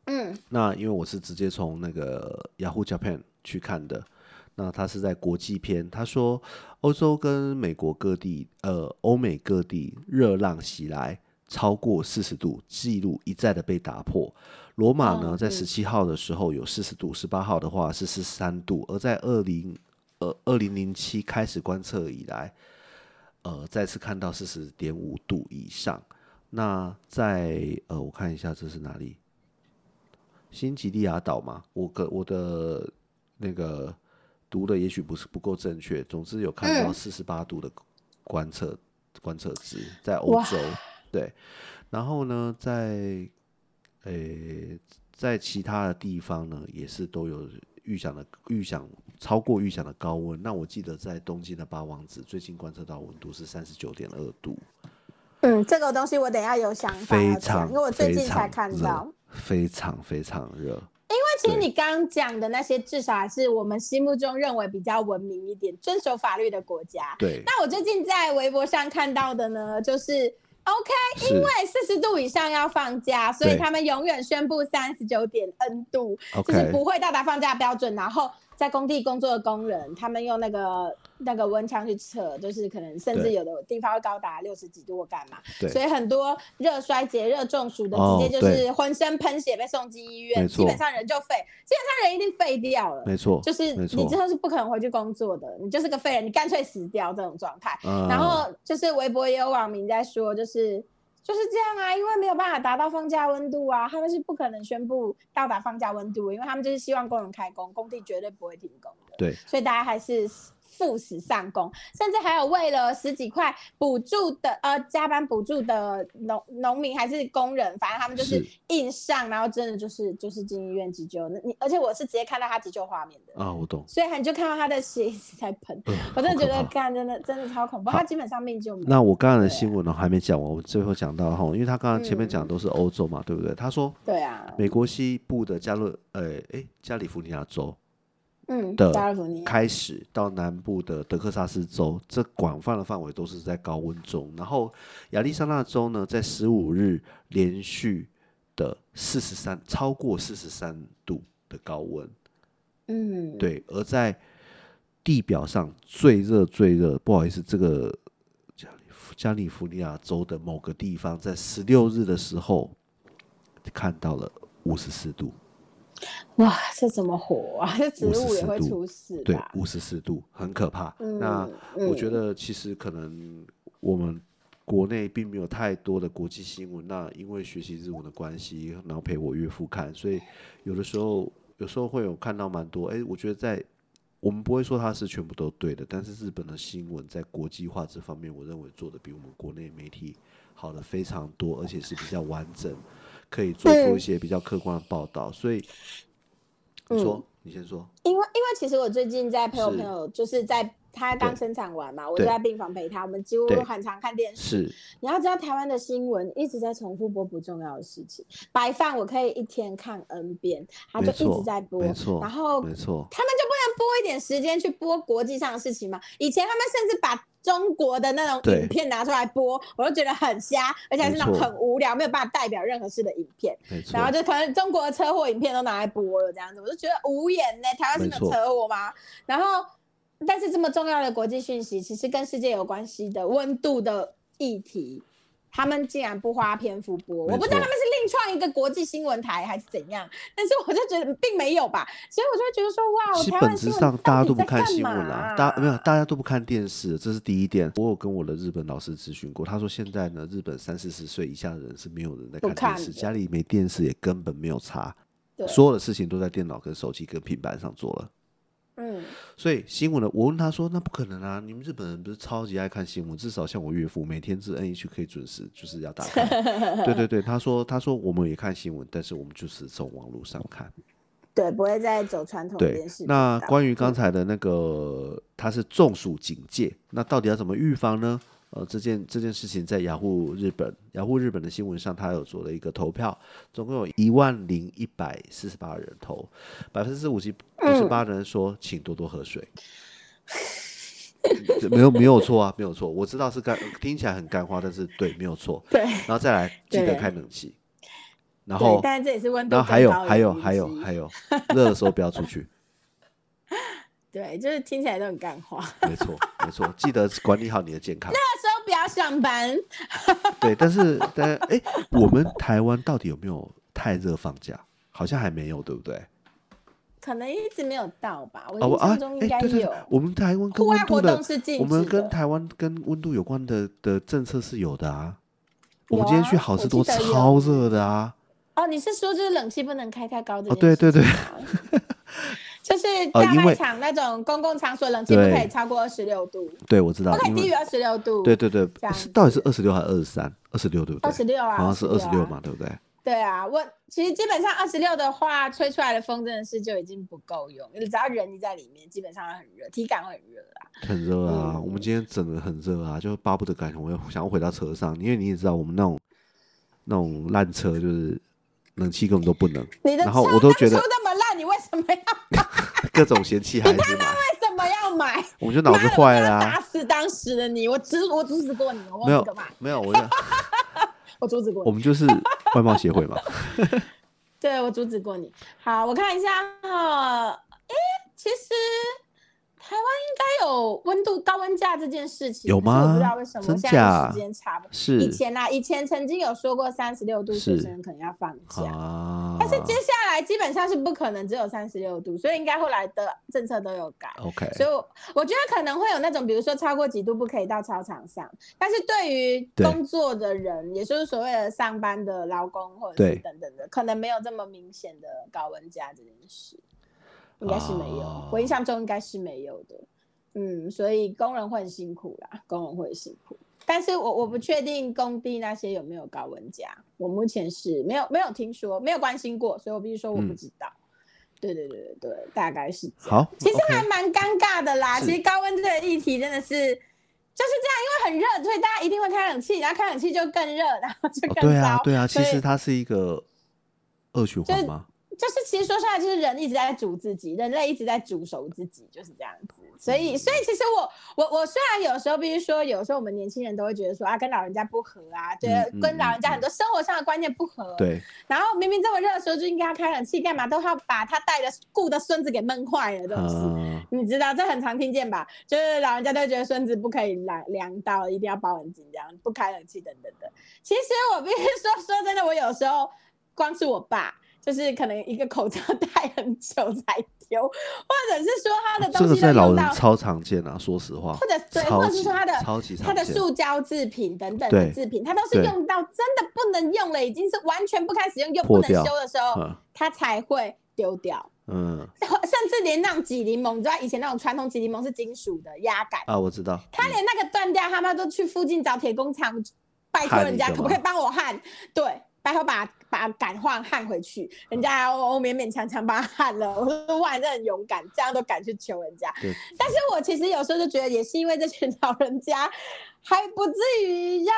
B: 嗯
A: 那因为我是直接从那个 Yahoo Japan 去看的，那它是在国际篇。他说，欧洲跟美国各地，呃，欧美各地热浪袭来，超过四十度，记录一再的被打破。罗马呢，
B: 哦
A: 在
B: 嗯
A: 十七号的时候有四十度，十八号的话是十三度，而在二零呃二零零七开始观测以来，呃，再次看到四十点五度以上。那在呃，我看一下这是哪里？新吉利亚岛嘛，我个我的那个读的也许不是不够正确，总之有看到
B: 嗯
A: 四十八度的观测、观测值在欧
B: 哇
A: 洲，对，然后呢，在诶、在其他的地方呢，也是都有预想的预想超过预想的高温。那我记得在东京的八王子最近观测到温度是三十九点二度，
B: 嗯，这个东西我等一下有想法
A: 非
B: 要讲，
A: 常
B: 因为我最近
A: 非
B: 才
A: 常
B: 看
A: 热
B: 到。哎
A: 非常非常热。
B: 其实
A: 对
B: 你刚刚讲的那些，至少还是我们心目中认为比较文明一点、遵守法律的国家。
A: 对，
B: 那我最近在微博上看到的呢，就是 OK，
A: 是
B: 因为四十度以上要放假，所以
A: 对
B: 他们永远宣布三十九点 N 度，就
A: OK，
B: 是不会到达放假标准。然后在工地工作的工人，他们用那个那个温枪去测，就是可能甚至
A: 对
B: 有的地方会高达六十几度或干嘛。
A: 对
B: 所以很多热衰竭、热中暑的，
A: 哦
B: 直接就是浑身喷血被送进医院，
A: 没
B: 基
A: 错
B: 本上人就废，基本上人一定废掉了。
A: 没错，
B: 就是
A: 没
B: 你
A: 错
B: 之，后是不可能回去工作的，你就是个废人，你干脆死掉这种状态。
A: 嗯
B: 然后就是微博也有网民在说，就是就是这样啊，因为没有办法达到放假温度啊，他们是不可能宣布到达放假温度，因为他们就是希望工人开工，工地绝对不会停工的。
A: 对，
B: 所以大家还是赴死上工，甚至还有为了十几块补助的呃加班补助的农农民还是工人，反正他们就是
A: 是
B: 硬上，然后真的就是就是进医院急救。那你而且我是直接看到他急救画面的，
A: 啊，我懂。
B: 所以你就看到他的血一直在喷。
A: 呃
B: 我真
A: 好
B: 的觉
A: 可怕
B: 得干真的真的超恐怖，
A: 好
B: 他基本上命就没了。
A: 那我刚才的
B: 对啊
A: 新闻呢还没讲完，我们最后讲到哈，因为他刚刚前面讲的都是欧洲嘛，对不对？他说
B: 对啊，
A: 美国西部的加勒呃诶加利福尼亚州
B: 嗯，
A: 的
B: 加利福尼亚，
A: 开始到南部的德克萨斯州，这广泛的范围都是在高温中。然后亚利桑那州呢，在十五日连续的四十三超过四十三度的高温，
B: 嗯，，
A: 对，而在地表上最热最热，不好意思，这个加利福加利福尼亚州的某个地方，在十六日的时候看到了五十四度，
B: 哇，这怎么活啊？ 这植物也
A: 54
B: 会
A: 度
B: 出事
A: 对
B: 吧？，
A: 五十四度，很可怕。
B: 嗯，
A: 那我觉
B: 嗯
A: 得其实可能我们国内并没有太多的国际新闻。那因为学习日文的关系，然后陪我岳父看，所以有的时候有时候会有看到蛮多。哎，我觉得在我们不会说它是全部都对的，但是日本的新闻在国际化这方面，我认为做的比我们国内媒体好的非常多，而且是比较完整，可以做出一
B: 嗯
A: 些比较客观的报道。所以你说，你先说，
B: 因为因为其实我最近在陪我
A: 是
B: 朋友，就是在他刚
A: 对
B: 生产完嘛，我就
A: 对
B: 在病房陪他，我们几乎
A: 对
B: 很常看电视。
A: 是
B: 你要知道，台湾的新闻一直在重复播不重要的事情，白饭我可以一天看 N 遍，他就
A: 没
B: 一直
A: 错
B: 在播，，
A: 没错，
B: 然后
A: 没错。
B: 他们就不能拨一点时间去播国际上的事情吗？以前他们甚至把中国的那种
A: 对
B: 影片拿出来播，我就觉得很瞎，而且还是那种
A: 没错
B: 很无聊、没有办法代表任何事的影片。
A: 没错，
B: 然后就可能中国的车祸影片都拿来播了，这样子，我就觉得无言呢、台湾是没
A: 没
B: 有
A: 错
B: 车祸吗？然后，但是这么重要的国际讯息，其实跟世界有关系的温度的议题，他们竟然不花篇幅播，
A: 没
B: 我不知道
A: 错
B: 他们是另创一个国际新闻台还是怎样，但是我就觉得并没有吧，所以我就会觉得说，哇，
A: 其实
B: 台湾
A: 本质
B: 新闻
A: 上大家
B: 到底
A: 都不
B: 在
A: 看
B: 干
A: 新闻
B: 嘛
A: 啦，大没有大家都不看电视，这是第一点。我有跟我的日本老师咨询过，他说现在呢，日本三四十岁以下的人是没有人在
B: 不
A: 看
B: 看
A: 电视，
B: 的
A: 家里没电视也根本没有差，
B: 对，
A: 所有的事情都在电脑、跟手机、跟平板上做了。
B: 嗯，
A: 所以新闻呢，我问他说：“那不可能啊！你们日本人不是超级爱看新闻？至少像我岳父，每天是 N H K 准时，就是要打 开。对对对，他说他说我们也看新闻，但是我们就是从网络上看。
B: 对，不会再走传统
A: 对
B: 电视频，道。
A: 那关于刚才的那个，它是中暑警戒，那到底要怎么预防呢？呃，这件这件事情在雅虎日本，雅虎日本的新闻上，它有做了一个投票，总共有一万零一百四十八人投，百分之五十五十
B: 嗯
A: 八的人说，请多多喝水。这没有没有错啊，没有错，我知道是干，听起来很干话，但是对，没有错。
B: 对，
A: 然后再来，记得
B: 对
A: 开冷气。然
B: 对
A: 后，
B: 但是这也是温度
A: 然后
B: 更
A: 还有
B: 高的
A: 还有
B: 东
A: 还有
B: 西
A: 还有，热的时候不要出去，
B: 对，就是听起来都很干话。
A: 没错没错，记得管理好你的健康。
B: 那时候不要上班，
A: 对，但是但哎、我们台湾到底有没有太热放假？好像还没有，对不对？
B: 可能一直没有到吧。我
A: 哦我
B: 印
A: 啊
B: 象中，应
A: 哎、
B: 该
A: 对对
B: 有。
A: 对，我们台湾跟
B: 户
A: 温
B: 外
A: 度
B: 活
A: 的
B: 动，是禁止
A: 我
B: 的。
A: 们跟台湾跟温度有关的的政策是有的啊。我们今天
B: 有啊
A: 去好事
B: 我
A: 多
B: 记得有
A: 超热的啊！
B: 哦，你是说就是冷气不能开太高的、
A: 哦对对对，
B: 就是
A: 呃
B: 大
A: 因为
B: 卖场那种公共场所冷气不可
A: 对
B: 以超过二十六度，
A: 对，我知道
B: 不，可以
A: 因
B: 低于
A: 为
B: 二十六度。
A: 对对对
B: 这，样
A: 是到底是二十六还是二十三？二十六对不对？
B: 二十六啊，
A: 好像是二十
B: 26
A: 六
B: 啊
A: 嘛，。对不对？
B: 对啊，我其实基本上二十六的话，吹出来的风真的是就已经不够用，只要人一在里面，基本上会很热，体感会很热啊。
A: 很热啊！我们今天整的很热啊，就巴不得赶紧我要想要回到车上，因为你也知道我们那种那种烂车，就是冷气根本都不能，
B: 你的
A: 然后
B: 车
A: 我都觉得
B: 当初那么烂，你为什么要
A: 各种嫌弃孩子嘛，
B: 为什么要买？
A: 我们就 脑子坏了、啊
B: 打。死当时的你，我阻我阻止过你，我
A: 没
B: 忘
A: 有
B: 记干嘛？
A: 没有，我就
B: 我阻止过
A: 我
B: 你，
A: 们就是外貌协 会嘛，
B: 对我阻止过你。好，我看一下哈，哎、其实台湾应该有温度高温假这件事情，
A: 有
B: 可是我不
A: 吗
B: 知道为什么
A: 真
B: 现在
A: 假
B: 时间差不多。以
A: 是
B: 前啊，以前曾经有说过三十六度学
A: 是
B: 生可能要放假，
A: 啊。
B: 但是接下来基本上是不可能只有三十六度，所以应该后来的政策都有改。
A: OK，
B: 所以我，我觉得可能会有那种，比如说超过几度不可以到操场上，但是对于
A: 对
B: 工作的人，也就是所谓的上班的劳工或者是
A: 对
B: 等等的，可能没有这么明显的高温假这件事，应该是没有。
A: 哦
B: 我印象中应该是没有的。嗯，所以工人会很辛苦啦，工人会很辛苦。但是我我不确定工地那些有没有高温假，我目前是没有没有听说，没有关心过，所以我必须说我不
A: 嗯
B: 知道。对对对对对，大概是这样。
A: 好，
B: 其实
A: OK
B: 还蛮尴尬的啦。
A: 是
B: 其实高温这个议题真的是就是这样，因为很热，所以大家一定会开冷气，然后开冷气就更热，然后就
A: 哦
B: 更
A: 对
B: 糟。
A: 啊对啊，其
B: 所以
A: 实它是一个恶循环
B: 就
A: 吗？
B: 就是其实说出来就是人一直在煮自己，人类一直在煮熟自己，就是这样子。所
A: 嗯
B: 以，所以其实我我我虽然有时候必须说，有时候我们年轻人都会觉得说啊，跟老人家不合啊，对，
A: 嗯嗯
B: 跟老人
A: 嗯
B: 家
A: 嗯
B: 很多生活上的观念不合，
A: 对，
B: 然后明明这么热的时候就应该要开冷气，干嘛都要把他带的雇的孙子给闷坏了，这种事。
A: 啊，
B: 你知道这很常听见吧？就是老人家都觉得孙子不可以凉凉到，一定要包很紧，这样不开冷气等等的。其实我必须说，说真的，我有时候光是我爸，就是可能一个口罩 戴很久才丢，或者是说他的
A: 这
B: 东
A: 个
B: 西都
A: 在老
B: 用到，
A: 人超常见啊，说实话，
B: 或者对，或
A: 超
B: 者是
A: 级
B: 说他的
A: 超级
B: 他
A: 常
B: 的
A: 见。
B: 塑胶制品等等的
A: 对
B: 制品，他都是
A: 对
B: 用到真的不能用了，已经是完全不该使用又
A: 破
B: 不能
A: 掉
B: 修的时候，
A: 嗯
B: 他才会丢掉。
A: 嗯
B: 甚至连那种挤柠檬，你知道以前那种传统挤柠檬是金属的压杆，
A: 啊，我知道，
B: 他连那个断掉，他妈都去附近找铁工厂，拜托人家
A: 焊一个吗
B: 可不可以帮我焊？对，拜托把把杆换焊回去，人家我我勉勉强强帮他焊了。 我说哇，你真的很勇敢，这样都敢去求人家。
A: 对
B: 但是我其实有时候就觉得，也是因为这群老人家，还不至于让。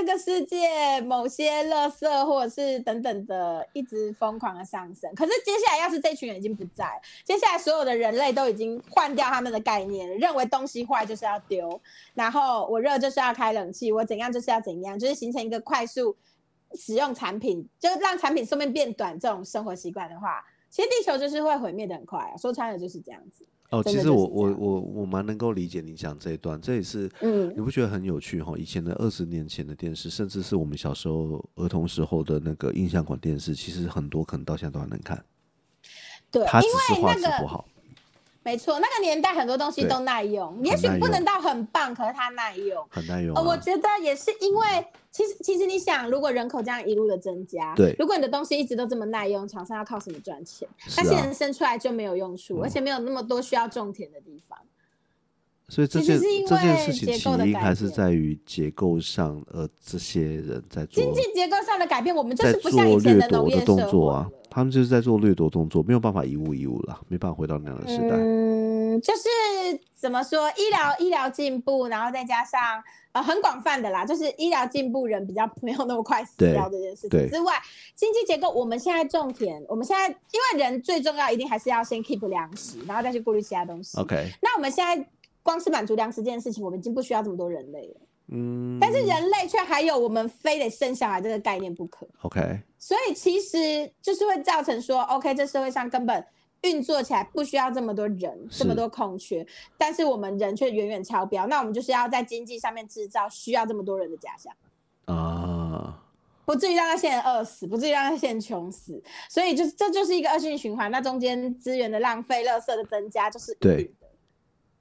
B: 这个世界某些垃圾或者是等等的，一直疯狂的上升。可是接下来，要是这群人已经不在，接下来所有的人类都已经换掉他们的概念了，认为东西坏就是要丢，然后我热就是要开冷气，我怎样就是要怎样，就是形成一个快速使用产品，就让产品寿命变短这种生活习惯的话，其实地球就是会毁灭的很快啊。说穿了就是这样子。
A: 哦，
B: 真
A: 其
B: 的
A: 实
B: 就
A: 我
B: 是这
A: 我
B: 样
A: 我我蛮能够理解你讲这一段，这也是
B: 嗯
A: 你不觉得很有趣哈？以前的二十年前的电视，甚至是我们小时候儿童时候的那个印象馆电视，其实很多可能到现在都还能看，
B: 对，
A: 它只
B: 因
A: 是
B: 为
A: 画
B: 那
A: 质
B: 个
A: 不好。
B: 没错，那个年代很多东西
A: 对
B: 都耐用，也
A: 很
B: 许
A: 耐
B: 不
A: 用
B: 能到很棒，可是它耐用。
A: 很耐用、啊
B: 哦，我觉得也是因为，其实其实你想，如果人口这样一路的增加，
A: 对
B: 如果你的东西一直都这么耐用，厂商要靠什么赚钱？
A: 是
B: 那些
A: 啊
B: 人，生出来就没有用处，
A: 嗯
B: 而且没有那么多需要种田的地方。
A: 所以这
B: 其
A: 件
B: 实是因
A: 这件
B: 为
A: 事情
B: 结
A: 起
B: 构的
A: 因
B: 改
A: 还是
B: 变
A: 在于结构上，呃，这些人在做
B: 经济结构上的改变，我们就
A: 在
B: 是不像
A: 做
B: 以前
A: 掠
B: 的农
A: 夺
B: 业
A: 的
B: 社
A: 动
B: 会
A: 作啊
B: 了，
A: 他们就是在做掠夺动作，没有办法一物一物啦，没办法回到那样的时代。
B: 嗯，就是怎么说，医疗医疗进步，然后再加上呃很广泛的啦，就是医疗进步，人比较没有那么快死
A: 对
B: 掉这件事
A: 对
B: 情之外，经济结构，我们现在种田，我们现在因为人最重要一定还是要先 keep 粮食，然后再去顾虑其他东西。
A: OK，
B: 那我们现在光是满足粮食这件事情，我们已经不需要这么多人类了。
A: 嗯，
B: 但是人类却还有我们非得生下来这个概念不可。
A: OK，
B: 所以其实就是会造成说，OK，这社会上根本运作起来不需要这么多人，
A: 是
B: 这么多空缺，但是我们人却远远超标。那我们就是要在经济上面制造需要这么多人的假象，
A: 啊，
B: 不至于让那些人饿死，不至于让那些人穷死。所以就是这就是一个恶性循环。那中间资源的浪费、垃圾的增加，就是一定
A: 对
B: 的。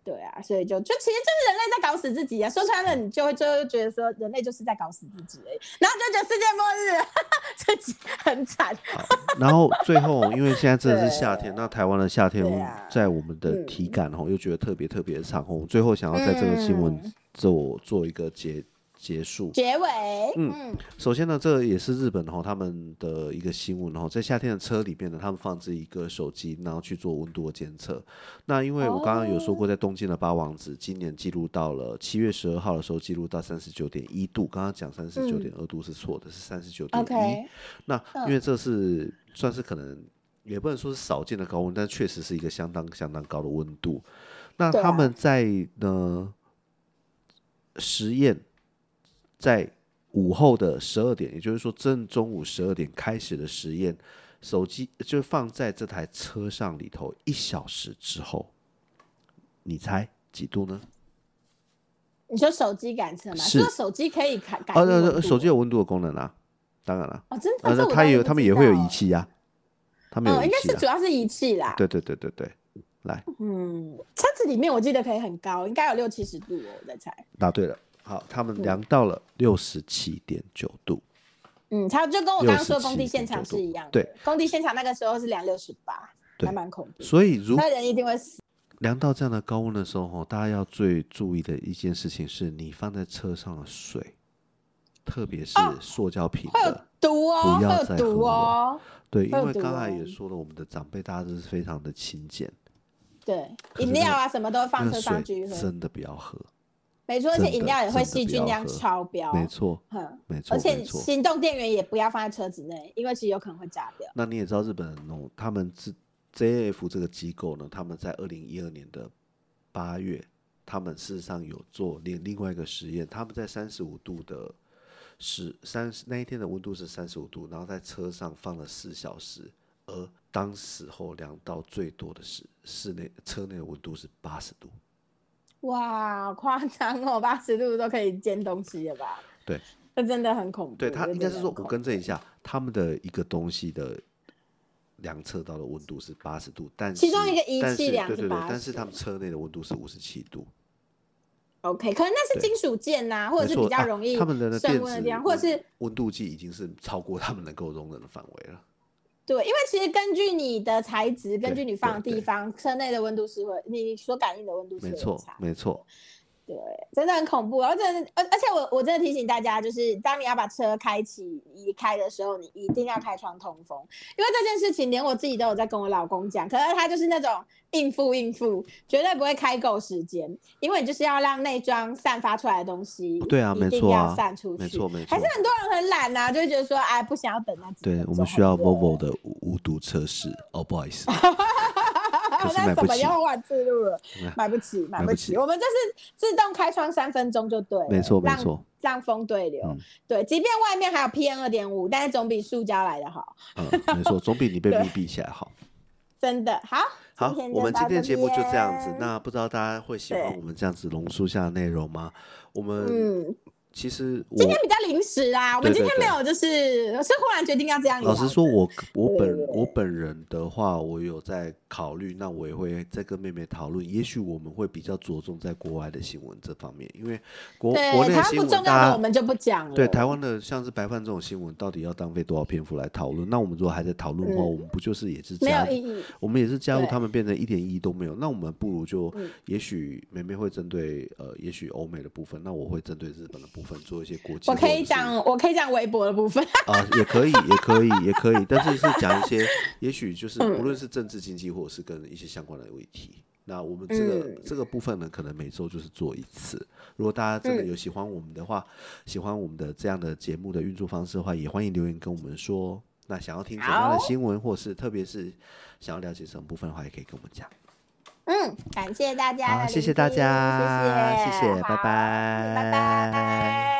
B: 对啊，所以就就其实就是人类在搞死自己啊！说穿了，你就会就会觉得说人类就是在搞死自己而已，然后就觉得世界末日了， 自己很惨。
A: 好，然后最后，因为现在真的是夏 天，
B: 对
A: 那台湾的夏天
B: 对啊
A: 在我们的体感吼、又觉得特别特别的长吼。我最后想要在这个新闻
B: 嗯
A: 做做一个结结束。
B: 结尾，
A: 嗯
B: 嗯，
A: 首先呢，这也是日本哦吼他们的一个新闻哦吼，在夏天的车里面呢，他们放置一个手机，然后去做温度的监测。那因为我刚刚有说
B: 哦
A: 过，在东京的八王子今年记录到了七月十二号的时候记录到三十九点一度，刚刚讲三十九点二度是错的，是三十九点一。
B: OK，
A: 那
B: 嗯
A: 因为这是算是可能也不能说是少见的高温，但确实是一个相当相当高的温度。那
B: 对啊
A: 他们在呢实验，在午后的十二点，也就是说正中午十二点开始的实验，手机就放在这台车上里头一小时之后，你猜几度呢？
B: 你说手机感测吗？
A: 是
B: 说手机可以改改
A: 呃、
B: 变温
A: 呃，
B: 度
A: 手机有温度的功能啊，当然了、
B: 哦，真的，
A: 呃，
B: 这
A: 那
B: 我
A: 它也有，他
B: 倒是不
A: 们
B: 知
A: 也会有
B: 道
A: 仪器呀、啊他们有
B: 哦，
A: 仪
B: 应该
A: 器、啊
B: 是主要是仪器啦。
A: 对对对对对，来
B: 嗯，车子里面我记得可以很高，应该有六七十度哦，我在猜。
A: 答对了。好，他们量到了六十七点九度，
B: 嗯，他就跟我刚刚说工地
A: 67.9
B: 现场是一样的。
A: 对，
B: 工地现场那个时候是量六十八，
A: 对
B: 还蛮恐怖。
A: 所以如
B: 那人一定会死。
A: 量到这样的高温的时候，吼大家要最注意的一件事情是，你放在车上的水，特别是塑胶瓶
B: 哦会有
A: 的，
B: 毒哦，
A: 不要
B: 会
A: 再
B: 有毒
A: 喝了
B: 哦，
A: 对，
B: 会
A: 因
B: 有
A: 为
B: 毒
A: 刚才
B: 哦
A: 也说了，我们的长辈大家都是非常的勤俭，
B: 对，
A: 可是
B: 饮料啊什么都会放
A: 那
B: 车
A: 个
B: 上
A: 水
B: 继续喝，
A: 真的不要喝，
B: 没错，而且
A: 真的
B: 饮料也会
A: 真的
B: 细
A: 不
B: 菌
A: 要
B: 量
A: 喝
B: 超标，
A: 没错，
B: 哼，
A: 没错，
B: 而
A: 没
B: 且
A: 错。
B: 行动电源也不要放在车子内，因为其实有可能会炸掉。
A: 那你也知道，日本人农他们自 JF 这个机构呢，他们在二零一二年的八月，他们事实上有做另另外一个实验，他们在三十五度的十三那一天的温度是三十五度，然后在车上放了四小时，而当时候量到最多的是室内车内的温度是八十度。
B: 哇，好夸张哦，八十度都可以煎东西了吧？
A: 对，
B: 这真的很恐怖。
A: 对他
B: 这
A: 应
B: 真
A: 该
B: 的
A: 是说，
B: 很
A: 我
B: 恐
A: 更正一
B: 怖。
A: 下，他们的一个东西的量测到的温度是八十度，但
B: 其中
A: 是
B: 一个仪
A: 但
B: 器
A: 是
B: 量
A: 对
B: 是
A: 对对，但
B: 80
A: 是他们车内的温度是五十七度，
B: OK，可能那是
A: 对
B: 金属键呐、或者
A: 没
B: 是
A: 错
B: 比较
A: 啊
B: 容易
A: 他们人的
B: 升
A: 电
B: 温
A: 子嗯
B: 的地方，或者是
A: 温度计已经是超过他们能够容忍的范围了。
B: 对，因为其实根据你的材质，根据你放的
A: 对
B: 地
A: 对
B: 方，车内的温度是会，你所感应的温度是
A: 没
B: 会有
A: 错
B: 差，。
A: 没错，
B: 对，真的很恐怖。然后真的，而而且我我真的提醒大家，就是当你要把车开起离开的时候，你一定要开窗通风，因为这件事情连我自己都有在跟我老公讲，可是他就是那种应付应付，绝对不会开够时间，因为你就是要让内装散发出来的东西，
A: 对啊，
B: 一
A: 没
B: 定
A: 错
B: 要
A: 啊
B: 散出，去，
A: 没错没错
B: 还是。很多人很懒呐、就会觉得说，哎，不想要等那几
A: 对
B: 分
A: 我
B: 钟
A: 们需要
B: 很热
A: Volvo 的无无毒测试哦，不好意 思，可是买
B: 那
A: 不
B: 怎么
A: 起
B: 要换自录了
A: 嗯？
B: 买不起，买
A: 买
B: 不
A: 不
B: 起。
A: 起
B: 我们就是自动开窗三分钟就对了，
A: 没错没
B: 让
A: 错，
B: 让风对流
A: 嗯。
B: 对，即便外面还有 PM 二点五，但是总比塑胶来的好，
A: 嗯，没错，总比你被
B: 对
A: 密闭起来好。
B: 真的好。
A: 好，
B: 天
A: 我
B: 就
A: 们今
B: 到
A: 天
B: 这
A: 节目就这样子。
B: 边
A: 那不知道大家会喜欢
B: 对
A: 我们这样子浓缩下的内容吗？我们
B: 嗯，
A: 其实我
B: 今天比较临时啊啦，我们
A: 呃对
B: 今
A: 对
B: 天没有，就是是忽然决定要这样聊
A: 老
B: 的。
A: 实说，我我
B: 对
A: 本
B: 对
A: 我本人的话，我有在考虑，那我也会再跟妹妹讨论，也许我们会比较着重在国外的新闻这方面，因为国国
B: 对，
A: 内的
B: 台湾
A: 新
B: 不
A: 闻
B: 重要的
A: 大
B: 我
A: 家。
B: 们就不讲了。
A: 对台湾的像是白饭这种新闻，到底要浪费多少篇幅来讨论？那我们如果还在讨论的话，
B: 嗯
A: 我们不就是也是
B: 没
A: 加
B: 有意义。
A: 我们也是加入
B: 对
A: 他们，变成一点意义都没有。那我们不如就
B: 嗯，
A: 也许梅梅会针对呃，也许欧美的部分，那我会针对日本的部分做一些国际。
B: 我可以
A: 讲
B: 讲，我可以讲微博的部分。
A: 啊，也可以，也可以，也可以，但是是讲一些，也许就是不论是政治经济，或者是跟一些相关的议题。那我们这个、
B: 嗯
A: 这个部分呢，可能每周就是做一次。如果大家真的有喜欢我们的话，喜欢我们的这样的节目的运作方式的话，也欢迎留言跟我们说哦。那想要听什么样的
B: 好
A: 新闻，或是特别是想要了解什么部分的话，也可以跟我们讲。
B: 嗯，感谢大家的
A: 好，
B: 聆听，
A: 谢谢大家，
B: 谢谢，
A: 谢谢，拜
B: 好
A: 拜，
B: 拜拜。